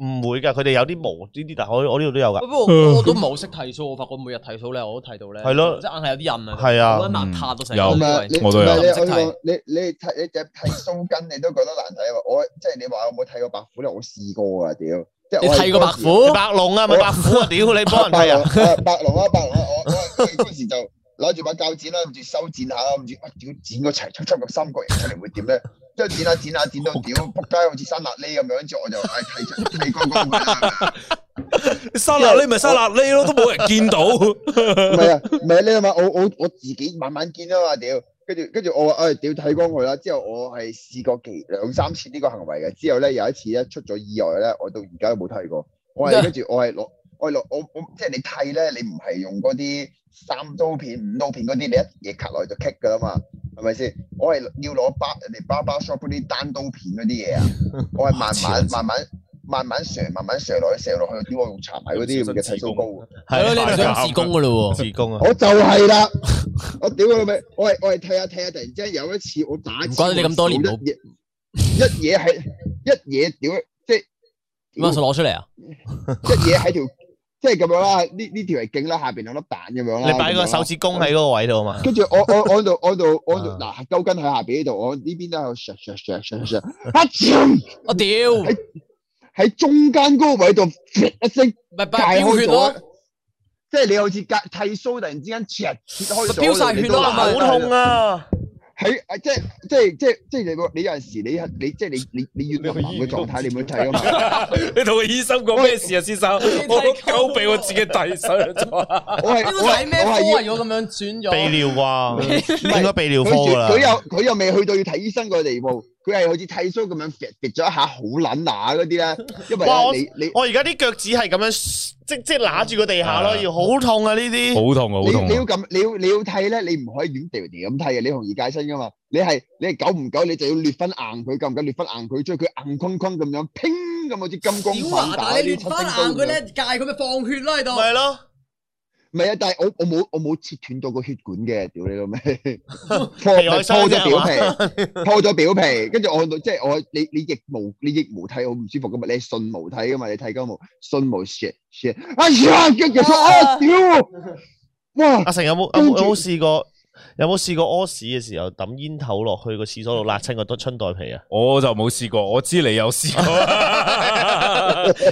A: 唔會㗎，佢哋有啲毛呢啲，但係我我呢度都有㗎
B: 不。過我我都冇識剃須，我發覺每日剃須咧，我都剃到咧，
A: 係咯
B: 即係硬係有啲印啊，
A: 係啊
B: 好撚邋遢到成
C: 有
B: 個
D: 唔
B: 都
D: 係
B: 係。
D: 啊你
C: 我都有
D: 唔係
B: 唔
D: 你
B: 識
D: 我
B: 睇
D: 講你你剃你只剃鬚根你都覺得難睇喎，我即係你話我冇剃過白虎咧，我試過啊屌！即係
B: 你
D: 我係
B: 剃過白
D: 嗰時
B: 虎？
A: 白龍
D: 哦
A: 啊，咪白虎啊，屌你幫人
D: 白
A: 剃啊！
D: 龍啊，白龍啊，白龍啊！我我嗰陣時就攞住把鉸剪啦，諗住修剪下啦，諗住啊屌剪個齊出出個三角形出嚟會點咧？ 即係剪下剪下剪 到屌仆街好似生辣痢咁樣，跟住我就唉剃出剃光光佢啦。
E: 生辣呢咪生辣呢咯，都冇人見到。
D: 唔係啊，唔係你諗下，我我我自己慢慢見啊嘛，屌！跟住跟住我話唉哎屌剃光佢啦，之後我係試過幾兩三次呢個行為嘅，之後咧有一次咧出咗意外咧，我到而家都冇剃過。我 係跟住我係攞我係攞我我即係你剃咧，你唔係用嗰啲三刀片、五刀片嗰啲，你一嘢 cut 落去就 kick 噶啦嘛，係咪先？我係要攞包人哋包包 shop 嗰啲單刀片嗰啲 嘢啊，我係慢慢慢慢慢慢削、慢慢削落去、削落去，屌我用搽埋嗰啲咁嘅剃鬚膏。
B: 係咯，你唔
A: 啊
B: 想自宮噶 咯喎？
A: 自宮啊！
D: 我就 係啦，我屌佢老味，我係我係睇下睇下，突然之間有一次我打
B: 唔怪得你咁多年冇
D: 一嘢一嘢喺一嘢屌，即係
B: 咁啊，想攞出 嚟啊？
D: 一嘢喺條即係咁樣啦，呢呢條係勁啦，下邊兩粒蛋咁樣啦，
A: 你擺個手指公喺嗰個位度啊啊嘛，
D: 跟住我我我度我度我度嗱鳩根喺下邊呢度，我呢邊都喺度削削削削削，啊啾
B: 我屌，咪
D: 喺中間嗰個位度一聲
B: 咪
D: 界開
B: 飆血
D: 咗
B: 咯，，
D: 即係你好似隔剃鬚突然之間切切開咗，
B: 咪飆晒血咯
A: 好
D: 哦
A: 痛啊！
D: 喺啊，即係即係即係即係你個你有陣時你係你即係你你你越文盲嘅狀態，你會睇噶啊嘛？
E: 你同個醫生講咩事啊，先生？我都鳩俾我自己遞手咗。
D: 我係
B: 你
D: 我
B: 個睇咩
D: 係
B: 科
D: 我
B: 啊？
D: 係要
B: 如果咁樣選
A: 泌
B: 咗，
A: 尿啩，
D: 係
A: 應該泌尿
D: 佢
A: 科㗎啦。
D: 佢又佢又未去到要睇醫生個地步，佢係好似剃鬚咁樣搣搣咗一下好撚乸嗰啲咧，因為
A: 哇
D: 呢
A: 我
D: 你你
A: 我而家啲腳趾係咁樣，即即揦住個地下咯，
C: 係啊
A: 要好痛啊！呢啲
C: 好痛啊，好
D: 你
C: 痛
D: 你要
C: 啊！
D: 咁你要你要剃咧，你唔可以軟掉掉咁剃嘅，你同二界身噶嘛？你係你係久唔久你就要裂分硬佢，夠唔夠裂分硬佢，將佢硬坤坤咁樣拼咁好似金剛
B: 屌
D: 棒
B: 啊！
D: 打
B: 但
D: 呢
B: 你
D: 啲
B: 亂
D: 七星
B: 翻
D: 刀
B: 硬佢
D: 咁樣
B: 咧，戒佢咪放血咯喺度。
A: 咪咯，
D: 唔係啊，但係我我冇我冇切斷到個血管嘅，屌你老 味，破
A: 皮外傷
D: 破
A: 啫
D: 咗表皮，破咗表皮，跟住我到即係我你你腋毛你腋毛剃好唔舒服噶嘛，你係順毛剃噶嘛，你剃鳩毛順毛 shit shit，哎呀，跟住我啊屌，哇！
A: 阿成有冇有
D: 跟
A: 冇
D: 住
A: 有冇試過？有冇試過屙屎嘅時候抌煙頭落去個廁所度辣親個春袋皮啊？
C: 我就冇試過，我知你有試 過。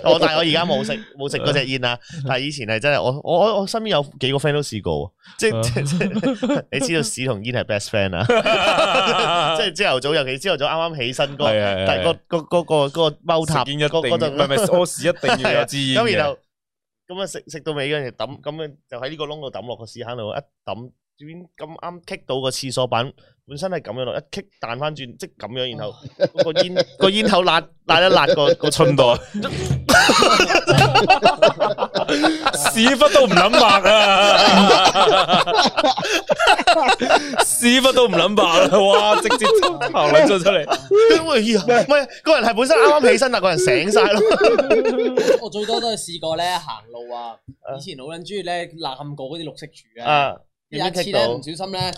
A: 我但係我而家冇食冇食嗰隻煙啦，但係以前係真係我我我我身邊有幾個 friend 都試過喎，即係即係即係你知道屎同煙係 best friend 啊，即係朝頭早尤其朝頭早啱啱起身嗰個
C: 係係係
A: 但係個個個個個踎塔
E: 食煙一定
A: 嗰嗰陣
E: 唔係唔係屙屎一定要有支 煙
A: 咁然
E: 嘅。
A: 後咁啊食食到尾嗰陣時抌，咁樣就喺呢個窿度抌落個屎坑度一抌，點咁啱棘到個廁所板，本身係咁樣落，一棘彈翻轉，即係咁樣，
B: 哦
A: 然後嗰個煙個煙頭辣辣一辣個個
C: 春袋，屎忽都唔諗抹啊！屎忽都唔諗抹啦，哇！直接頭撚咗出嚟，
A: 因為呀唔係個人係本身啱啱起身，但個人醒晒 咯，
B: 我最多都係試過咧行路啊，以前好撚中意咧攬過嗰啲綠色柱咧，
A: 啊，
B: 有一
A: 點知
B: 次
A: 棘
B: 咧
A: 到
B: 唔？小心咧。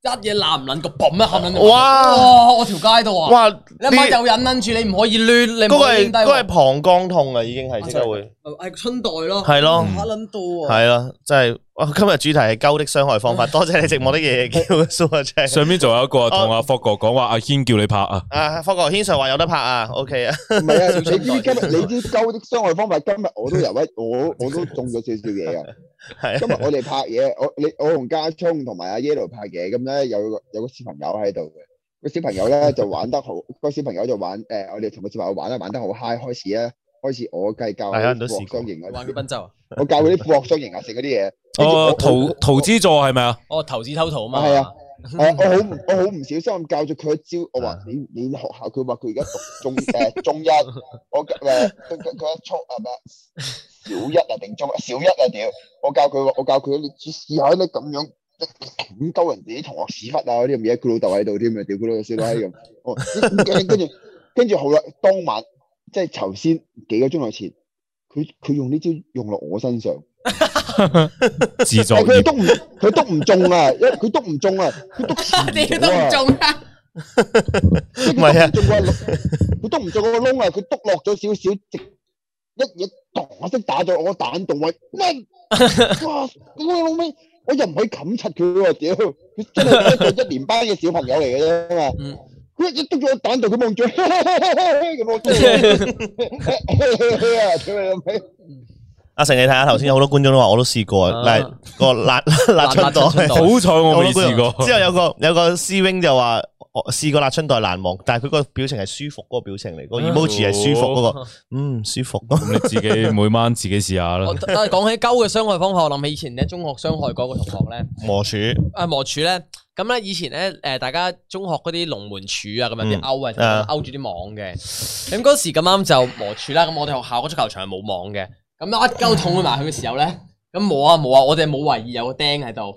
B: 一嘢攬唔撚個嘣一冚撚咗
A: 哇
B: 哇！我條街度啊！
A: 哇！
B: 你阿媽
A: 呢
B: 又引撚住你，唔可以攣，你
A: 嗰
B: 唔
A: 個
B: 可以
A: 係
B: 攣低
A: 嗰個係
B: 喎。
A: 膀胱痛啊，已經係即刻會
B: 係春袋咯，
A: 係咯
B: 嚇撚到啊！
A: 係咯，真係哇！今日主題係鳩的傷害 方法，多謝你寂寞的夜夜叫啊 Super Chat
C: 上面仲有一個同阿霍哥講話，阿軒叫你拍啊！
A: 啊，霍國軒 Sir 話有得拍啊，OK 啊，
D: 唔係啊，
B: 小心
D: 你知
B: 啲
D: 今日你知鳩的傷害方法，今日我都 有一我我都中咗少少嘢啊！
A: 係
D: 今日我哋拍嘢，我你我同家聰同埋阿 Yellow 拍嘢，咁咧有個有個小朋友喺度嘅，個小朋 友咧就玩得好，個小朋友就玩誒、我哋同個小朋友玩啦，玩得好 high，開始咧開始我計教
A: 係啊
D: 佢
A: 人都
D: 啲
A: 試
D: 副
A: 過
D: 學型啊
B: 玩，啲賓州啊！
D: 我教佢啲副學型啊，食嗰啲嘢，跟住
C: 哦
D: 我，
C: 桃桃之助係咪啊？
B: 哦，投資偷圖啊
D: 係
B: 嘛
D: 啊。
F: 嗯
D: 我我好唔我好唔小心咁教咗佢一招，我
F: 啊
D: 話你你學校，佢話佢而家讀中 诶中一，我诶佢佢佢一初係咪啊小一啊定中一小一啊屌！我教佢話我教佢，你試下你咁樣咁鳩人哋啲同學屎忽啊嗰啲咁嘢，佢老豆喺度添啊，屌佢老豆小佬閪咁，我跟跟住跟住好啦，當晚即係頭先幾個鐘頭前，佢佢用呢招用落我身上。
C: 自作
D: 但 係佢
C: 孽
D: 督唔佢督唔中啊，因為佢督唔中啊，佢 督死
F: 屌
D: 咗
F: 都唔
D: 啊
F: 中啊！
D: 即係
A: 唔係啊
D: 佢督唔中個窿，佢督唔中個窿啊，佢督落咗少少，直一嘢噹聲打咗我個蛋度喂，咩？哇！屌你老味，我又唔可以冚柒佢喎，屌！佢真係一個一年班嘅小朋友嚟嘅啫嘛
B: 嗯。
D: 佢一督咗我蛋度，佢望住 我咁我真 係 屌你老味！
A: 阿成，你睇下頭先有好多觀眾都話我都試過，
B: 啊
A: 嗱個辣辣春
B: 辣
A: 袋
B: 春袋。
C: 好彩我未
A: 有個
C: 試 過。
A: 之後有個有個師兄就話我試過辣春袋難忘，但係佢個表情係舒服嗰個表情嚟，個 emoji 係舒服嗰個，嗯舒服。
C: 咁你 自己每晚自己試下啦
B: 我。但係講起鳩嘅傷害方法，我諗起以前咧中學傷害嗰個同學咧，
A: 磨柱
B: 啊磨柱咧，咁咧以前咧誒大家中學嗰啲龍門柱啊，咁樣啲
A: 嗯
B: 勾啊，
A: 啊
B: 勾住啲網嘅。咁嗰時咁啱就磨柱啦，咁我哋學校嗰足球場係冇網嘅，咁一鳩啊捅佢埋去嘅時候咧。咁摸啊摸啊，我哋冇懷疑有個釘喺度，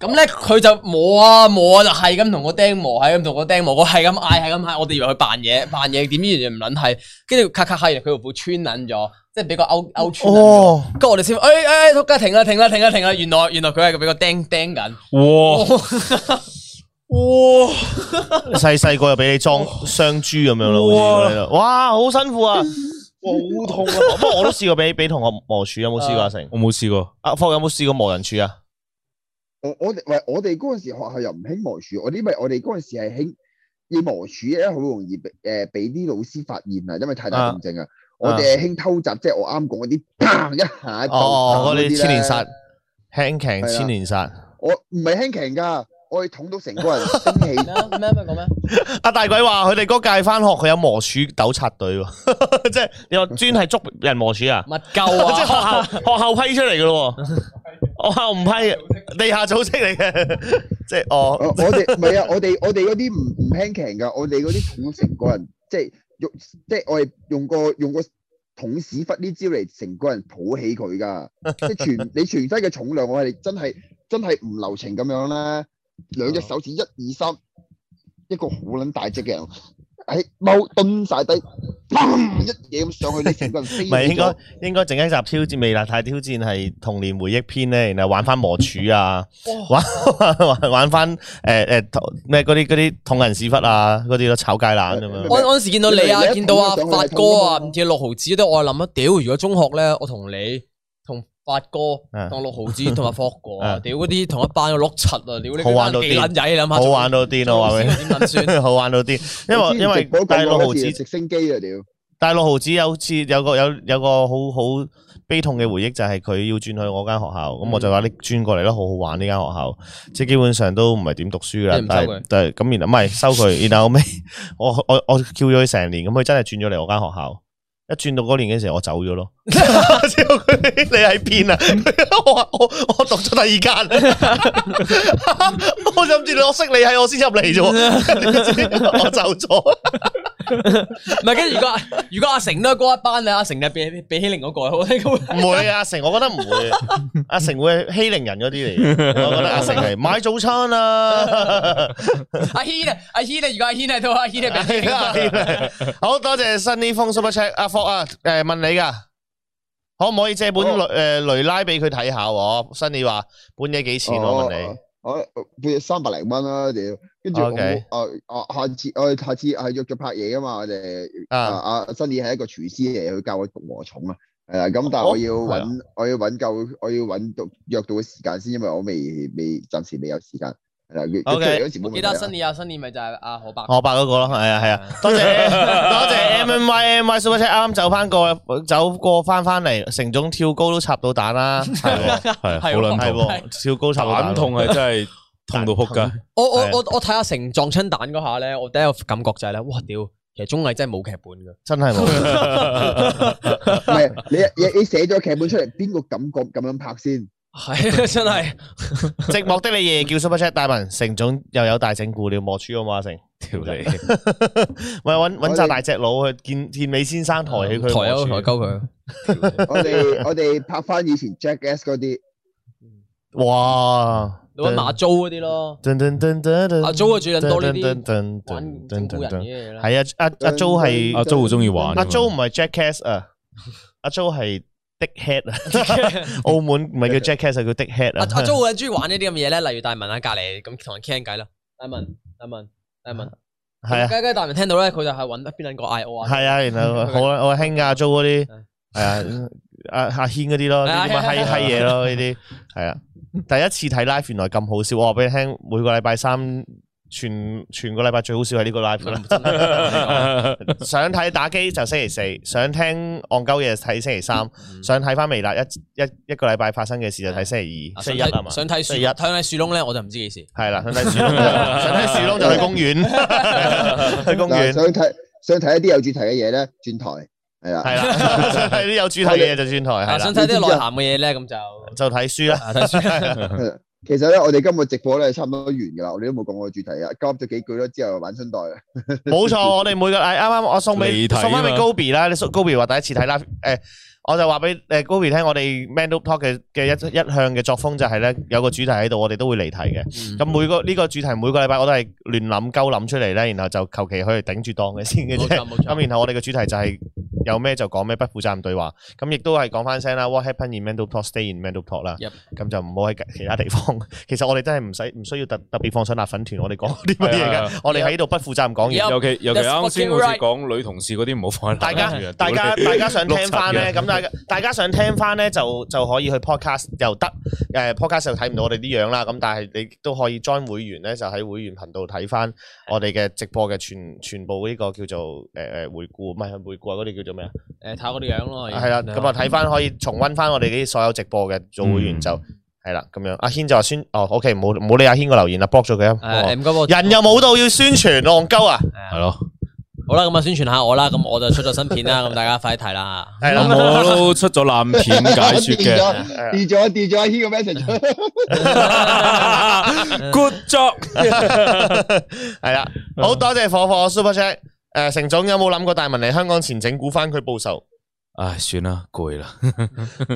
B: 咁咧佢就摸啊摸啊，就係咁同個釘磨，係咁同個釘磨，我係咁嗌，係咁嗌，我哋以為佢扮嘢，扮嘢點知原來唔撚係，跟住咔咔咔，原來佢條褲穿撚咗，即係俾個勾勾穿撚咗。
A: 哦，
B: 跟住我哋先，哎哎，仆街，停啦，停啦，停啦，停啦！原來原來佢係俾個釘釘緊，
C: 哇！
B: 哇！
A: 細細個又俾你裝雙珠咁樣咯，好似喺度哇好辛苦啊！
E: 好痛啊！
A: 不過我都試過俾俾 同學磨柱，有冇試過阿成？
C: 我冇試過。
A: 阿霍有冇試過磨人柱啊？
D: 我我哋喂，我哋嗰阵时学校又唔興磨柱，我呢為我哋嗰阵时系興要磨柱咧，好容易俾诶俾啲老師發現啊，因為太大動靜啊。我哋係興偷襲，即係我啱講嗰啲，砰一下就
A: 哦，
D: 砰
A: 嗰
D: 啲
A: 啲千年
D: 咧
A: 殺，輕騎千年殺。
D: 我唔係輕騎㗎，我係捅到成 個人升起。
B: 咩咩咩講咩？
A: 阿大鬼話佢哋嗰屆翻學佢有磨柱糾察隊喎， 即係又專係捉人磨柱啊！
B: 物 鳩
A: 即係學
B: 啊！
A: 校學校批出嚟嘅咯喎，學校唔批嘅，地下組織嚟嘅， 即係
D: 我
A: 哦，
D: 我哋唔係 啊，我哋我哋嗰啲唔唔輕騎㗎，我哋嗰啲捅到成個人，即係用即係我係用個用個捅屎忽呢招嚟成個人抱起佢㗎， 即係全你全身嘅重量，我係真係真係唔留情咁樣啦，兩隻手指一二三，一個好撚大隻嘅人。喺踎蹲晒低，砰一嘢咁上去，你成個人飛
A: 唔
D: 起
A: 係應
D: 咗。
A: 該應該整一集挑戰未辣太挑戰係童年回憶篇咧，然後玩翻磨柱啊，玩玩 玩翻誒誒咩嗰啲嗰啲捅人屎忽啊嗰啲咯，炒雞蛋咁樣
D: 我。
B: 我嗰陣時見到你啊，見到啊發哥啊，
D: 嗯
B: 唔見六毫子都，我係諗啊，屌！如果中學咧，我同你、同發哥、
A: 嗯
B: 同六毫子、同埋霍哥啊，
A: 嗯
B: 屌嗰啲同一班嘅碌柒啊，屌你
A: 好玩到
B: 班幾撚仔，你諗下
A: 好玩到癲咯，話俾
B: 點撚算？
A: 你， 好玩到癲，因為因為
D: 嗰
A: 大
D: 個
A: 六毫子
D: 直升機啊屌！
A: 大六毫子有次有個有有個好好悲痛嘅回憶，就係佢要轉去我間學校，
B: 嗯
A: 咁、我就話你轉過嚟啦，好好玩呢間學校，即係基本上都唔係點讀書啦
B: 你唔，收
A: 但
B: 佢
A: 係但係咁然後唔係收 佢，然後後尾我我我叫咗佢成年，咁佢真係轉咗嚟我間學校。一轉到嗰年嘅時候，我走咗 咯。 之後佢你喺邊啊？ 我話我我讀咗第二間， 我諗住我識你係我先入嚟啫 喎，我 走咗。
B: 唔係跟住如果如果阿成都係嗰一班啊，阿成就比比起另嗰個，我覺得佢會
A: 唔會啊，阿成，我覺得唔會。 阿成會欺凌人嗰啲嚟嘅，我覺得阿成係買早餐啊。
B: 阿軒啊，阿軒啊，如果阿軒喺度，阿軒啊，俾
A: 係啊係啊好多謝新呢封 super check，阿霍啊，誒問你㗎，可唔可以借本
D: 哦
A: 雷誒雷拉俾佢睇下喎？新呢話本嘢幾錢喎？
D: 哦
A: 問你。
D: 我每日三百零蚊啦，屌！跟住我
A: OK
D: 啊啊，下次我哋下次係約咗拍嘢噶嘛，我哋啊
A: 啊，
D: 啊，新嘢係一個廚師嚟，佢教我焗禾蟲啊，係啦。咁但係我要
A: 係
D: 揾，我要揾夠，我要揾到約到嘅時間先，因為我未未暫時未有時間。係啦，約
A: OK
D: 約出嚟嗰時冇
B: 我
D: 問
B: 記
D: 題
B: 得
D: 啊
B: 新年啊，新年咪就係阿何伯。
A: 我白嗰個咯，係啊係啊，多謝多謝 M M Y M Y super check，啱啱走翻過走過翻翻嚟，成總跳高都插到蛋啦，係喎
C: 係啊好
B: 係
A: 係
B: 喎
C: 撚痛，
A: 喎，跳高插到蛋
C: 蛋
A: 喎。
C: 痛係真係痛到 撲街。
B: 我我
A: 係啊
B: 我我睇阿成撞親蛋嗰下咧，我第一個感覺就係咧，哇屌！其實綜藝真係冇劇本噶，
A: 真係冇。
D: 唔係你你你寫咗劇本出嚟，邊個感覺咁樣拍先？
B: 系 啊，真系
A: 寂寞的你夜叫 Super Chat 大文，成總又有大整蠱了，莫處啊嘛成，
C: 条 你
A: 咪揾揾扎大隻佬去見見美先生抬起佢
B: 台
A: 莫處
B: 啊台沟佢，
D: 我哋我哋拍翻以前 Jackass 嗰啲，
A: 哇！
B: 你搵馬租嗰啲咯，
A: 噔噔噔噔噔，
B: 阿租啊最撚多呢啲
A: 噔噔
B: 玩
A: 噔
B: 整
A: 噔
B: 古
A: 噔
B: 人
A: 噔，
B: 嘅嘢啦。
A: 係啊，阿阿 Jo
D: 嗯
A: 係
C: 阿 Jo 鍾意玩
A: 阿 Jo 唔係 Jackass 啊，阿 Jo 係 Dickhead 啊， 澳門唔係叫 Jackass 啊，叫 Dickhead
B: 阿
A: 啊。
B: 阿 Jo 好中意玩呢啲咁嘅嘢咧，例如大文喺啊隔離咁同人傾偈啦。大文，大文，大文，
A: 係啊。
B: 跟跟住大文聽到咧，佢就係揾邊撚個嗌我啊。
A: 系啊， 然後好啦，我興噶租嗰啲，
B: 嗯
A: 系啊，阿阿軒嗰啲咯，
B: 啊
A: 呢啲咪閪閪嘢咯，呢 啲係啊。第一次睇 live 原來咁好笑，我話俾你聽，每個禮拜三全全個禮拜最好笑係呢個 live 啦。想睇打機就星期四，想聽戇鳩嘢睇星期三，
B: 嗯
A: 想睇翻微辣一一一个礼拜發生嘅事就睇星期二、
B: 想
A: 星期一啊
B: 睇
A: 嘛。
B: 想睇 樹，
A: 四一
B: 想睇樹窿咧，我就唔知幾時。
A: 係啦， 想睇樹窿就，想睇樹窿就去公 園， 去公
D: 嗱
A: 園
D: 想睇想睇一啲有主題嘅嘢咧，轉台係啦。
A: 係 啦，想睇啲有主題嘅嘢就轉台，
B: 啊
A: 係啦
B: 想。睇啲內涵嘅嘢咧，咁就
A: 就睇書啦。
B: 啊睇書
D: 其實咧，我哋今個直播咧差唔多完㗎啦，我哋都冇講過主題啊，交咗幾句咯，之後玩春袋啦。
A: 冇錯，我哋每個誒啱啱我送俾
C: 離題啊嘛
A: 送翻俾 Gobi 啦，你送 Gobi 話第一次睇啦，誒我就話俾誒 Gobi 聽，我哋 Man Up Talk 嘅嘅一一向嘅作風就係咧有個主題喺度，我哋都會離題嘅。嗯
B: 嗯
A: 咁每個呢個主題每個禮拜我都係亂諗鳩諗出嚟咧，然後就求其去頂住檔嘅先嘅
B: 冇
A: 啫。
B: 錯冇錯。
A: 咁然後我哋嘅主題就係有咩就講咩，不負責任對話。咁亦都係講翻聲啦，What happened in mental talk stay in mental talk 啦
B: Yep。
A: 咁就唔好喺其他地方。 其實我哋真係唔使唔需要特特別放上辣粉團，我哋講啲乜嘢
C: 係
A: 嘅。我哋喺度不負責任講嘢。
B: Yep
C: 尤其尤其
B: That's
C: 啱先
B: fucking
C: 好似
B: right
C: 講女同事嗰啲唔好放喺
A: 大
C: 男人
A: 家
C: 嘅
A: 大家大家想聽
C: 六七
A: 翻咧，
C: 嘅
A: 咁大家大家想聽翻咧就就可以去 podcast 又得，誒 podcast 又睇唔到我哋啲樣啦，咁但係你都可以 join 會員咧，就喺會員頻道睇翻我哋嘅直播嘅全全部呢個叫做誒誒回顧，唔係回顧啊，嗰啲叫做咩啊？
B: 誒睇下我哋樣咯。
A: 係啦，咁啊睇翻可以重温翻我哋啲所有直播嘅做會員就係啦，咁樣。阿軒就話宣哦，OK，冇冇理阿軒個留言啦，block 咗佢
B: 誒
A: 啊。
B: 唔該我
A: 人又冇到要宣傳戇鳩 啊，
C: 係咯，
B: 好啦，咁啊宣傳下我啦，咁我就出咗 新片啦，咁大家快啲睇啦。嗯
A: 係啦，
C: 咁我都出咗爛片解 說
D: 跌
C: 嘅
D: 咗跌咗跌咗阿軒個 message，
C: ，good job，
A: 係啦，好多謝火火 Super Chat。誒，成總有冇諗過大文嚟香港前整蠱翻佢報仇？
C: 唉，算啦，攰 啦，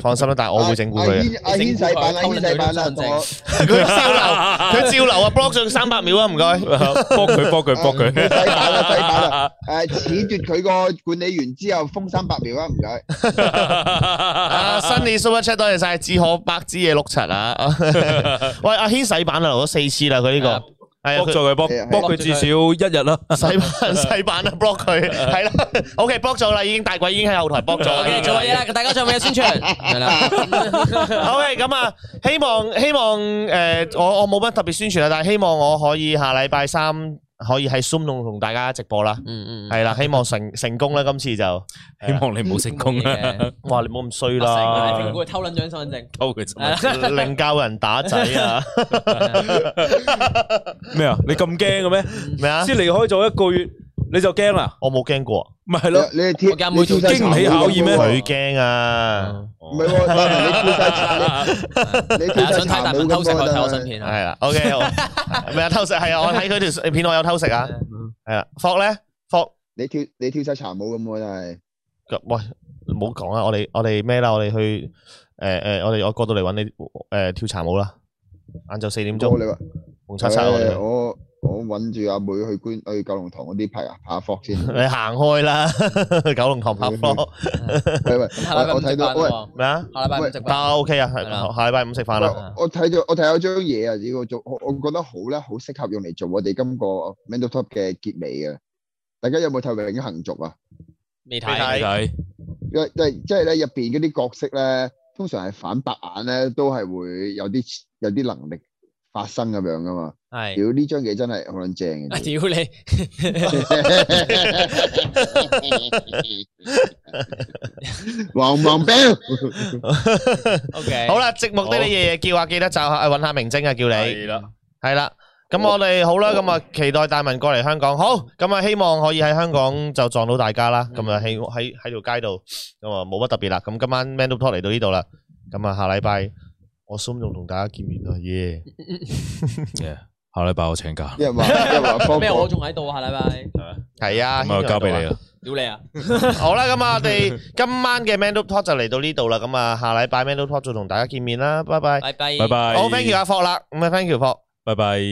A: 放心啦，但係 我會整蠱
D: 阿
A: 佢嘅。
D: 軒阿軒洗版啦，阿軒洗版啦，同我
A: 佢照流，佢照流啊！block 上三百秒啊，唔該。
C: 搏佢搏佢搏佢，
D: 洗版啦洗版啦，誒褫奪佢個管理員之後封三百秒啊，唔該。
A: 啊，Sunny Super Chat 多謝晒，只可百之嘢碌柒啊！喂，阿軒洗版啊，留咗四次啦，佢呢個係啊
C: 搏
A: 佢
C: 咗佢搏
D: 係啊
C: 搏佢至少一日啦，
A: 洗版洗版啊，block 佢係啦，OK block 咗啦，已經大鬼已經喺後台 block 咗啦。
B: OK，做嘢啦，大家仲有冇嘢宣傳？係啦，
A: OK，咁啊，希望希望誒，我我冇乜特別宣傳啊，但係希望我可以下禮拜三可以喺 Zoom 度同大家直播啦。
B: 嗯嗯，
A: 係啦，希望成成功啦，今次就
C: 希望你唔好成功啦，
B: 嘅。
A: 哇，你唔好咁衰
B: 成個
A: 啊啦啊
B: 政，府偷撚咗身份證。
C: 偷佢啫嘛
B: 係啦
A: 令教人打仔 啊，
C: 咩啊？你咁驚嘅咩？
A: 咩啊？
C: 先離開咗一個月你就驚啦，
A: 我冇驚過，
C: 咪係
D: 係
C: 咯？
D: 你哋跳
B: 我家妹仲
C: 經唔起考驗咩
A: 佢驚啊！
D: 唔係喎，大文你跳晒 你
B: 係
D: 跳
B: 啊
D: 晒
B: 想睇
D: 茶
B: 大
D: 舞
B: 文偷
D: 咁
B: 食我睇我
D: 喎
B: 新，片啊！
A: 係啦，OK，好， 唔係啊，偷食係啊，我睇佢條片我有偷食啊，係啦，霍咧，霍。
D: 你跳你跳晒茶舞咁喎，真係。
A: 咁喂，唔好講啊！我哋我哋咩啦？我哋去诶诶、呃我哋我過到嚟揾你诶、呃跳茶舞啦。晏晝四點
D: 我
A: 鐘，
D: 你話
A: 紅叉叉我哋
D: 誒
A: 去。
D: 我我揾住阿妹去觀去九龍塘嗰啲拍下霍先。
A: 你行開啦，九龍塘拍波
D: 喂喂，
B: 下禮拜
D: 我
B: 五
D: 我
B: 食
D: 睇
B: 飯
D: 到喂。
B: 喎，
A: 咩啊？
B: 下禮拜五食
A: 得
B: 飯。
A: OK 啊，係
B: 係啦
A: 下禮拜五食飯啦。
B: 啊
D: 我我睇咗我睇咗張嘢啊，呢個做我我覺得好咧，好適合用嚟做我哋今個 mental top 嘅結尾嘅。大家有冇睇《永恆族》啊？
B: 未
A: 未
B: 睇
A: 睇。
C: 睇
D: 因為因為即係咧入邊嗰啲角色咧，通常係反白眼咧，都係會有啲有啲能力發生咁樣噶嘛。
B: 係。
D: 屌呢張嘢真係好 撚正
B: 啊
D: 嘅。
B: 屌你！
D: 黃黃標
B: O K，
A: 好，啦，寂寞的你夜夜叫啊，記得就下揾下明晶啊，叫你
C: 係啦，
A: 係啦。咁我哋好啦，咁啊期待大文過嚟香港，好咁啊希望可以喺香港就撞到大家啦。咁啊喺喺喺條街度，咁啊冇乜特別啦。咁今晚 Man Up Talk 嚟到呢度啦，咁啊下禮拜我心仲同大家見面啊，耶！
C: Yeah，下禮拜我請假，
D: 因為話因為話方
B: 咩？我
D: 哥
B: 仲喺度啊，下禮拜。
A: 係啊，
C: 咁啊交俾你啦。
B: 屌你啊！
A: 好啦，咁啊我 哋今晚嘅 Man Talk 就嚟到呢度啦，咁啊下禮拜 Man Talk 再同大家見面啦，拜拜。
B: 拜拜。
C: 拜拜。
A: 好，thank you 阿霍啦，咁啊 thank you 霍。
C: 拜拜。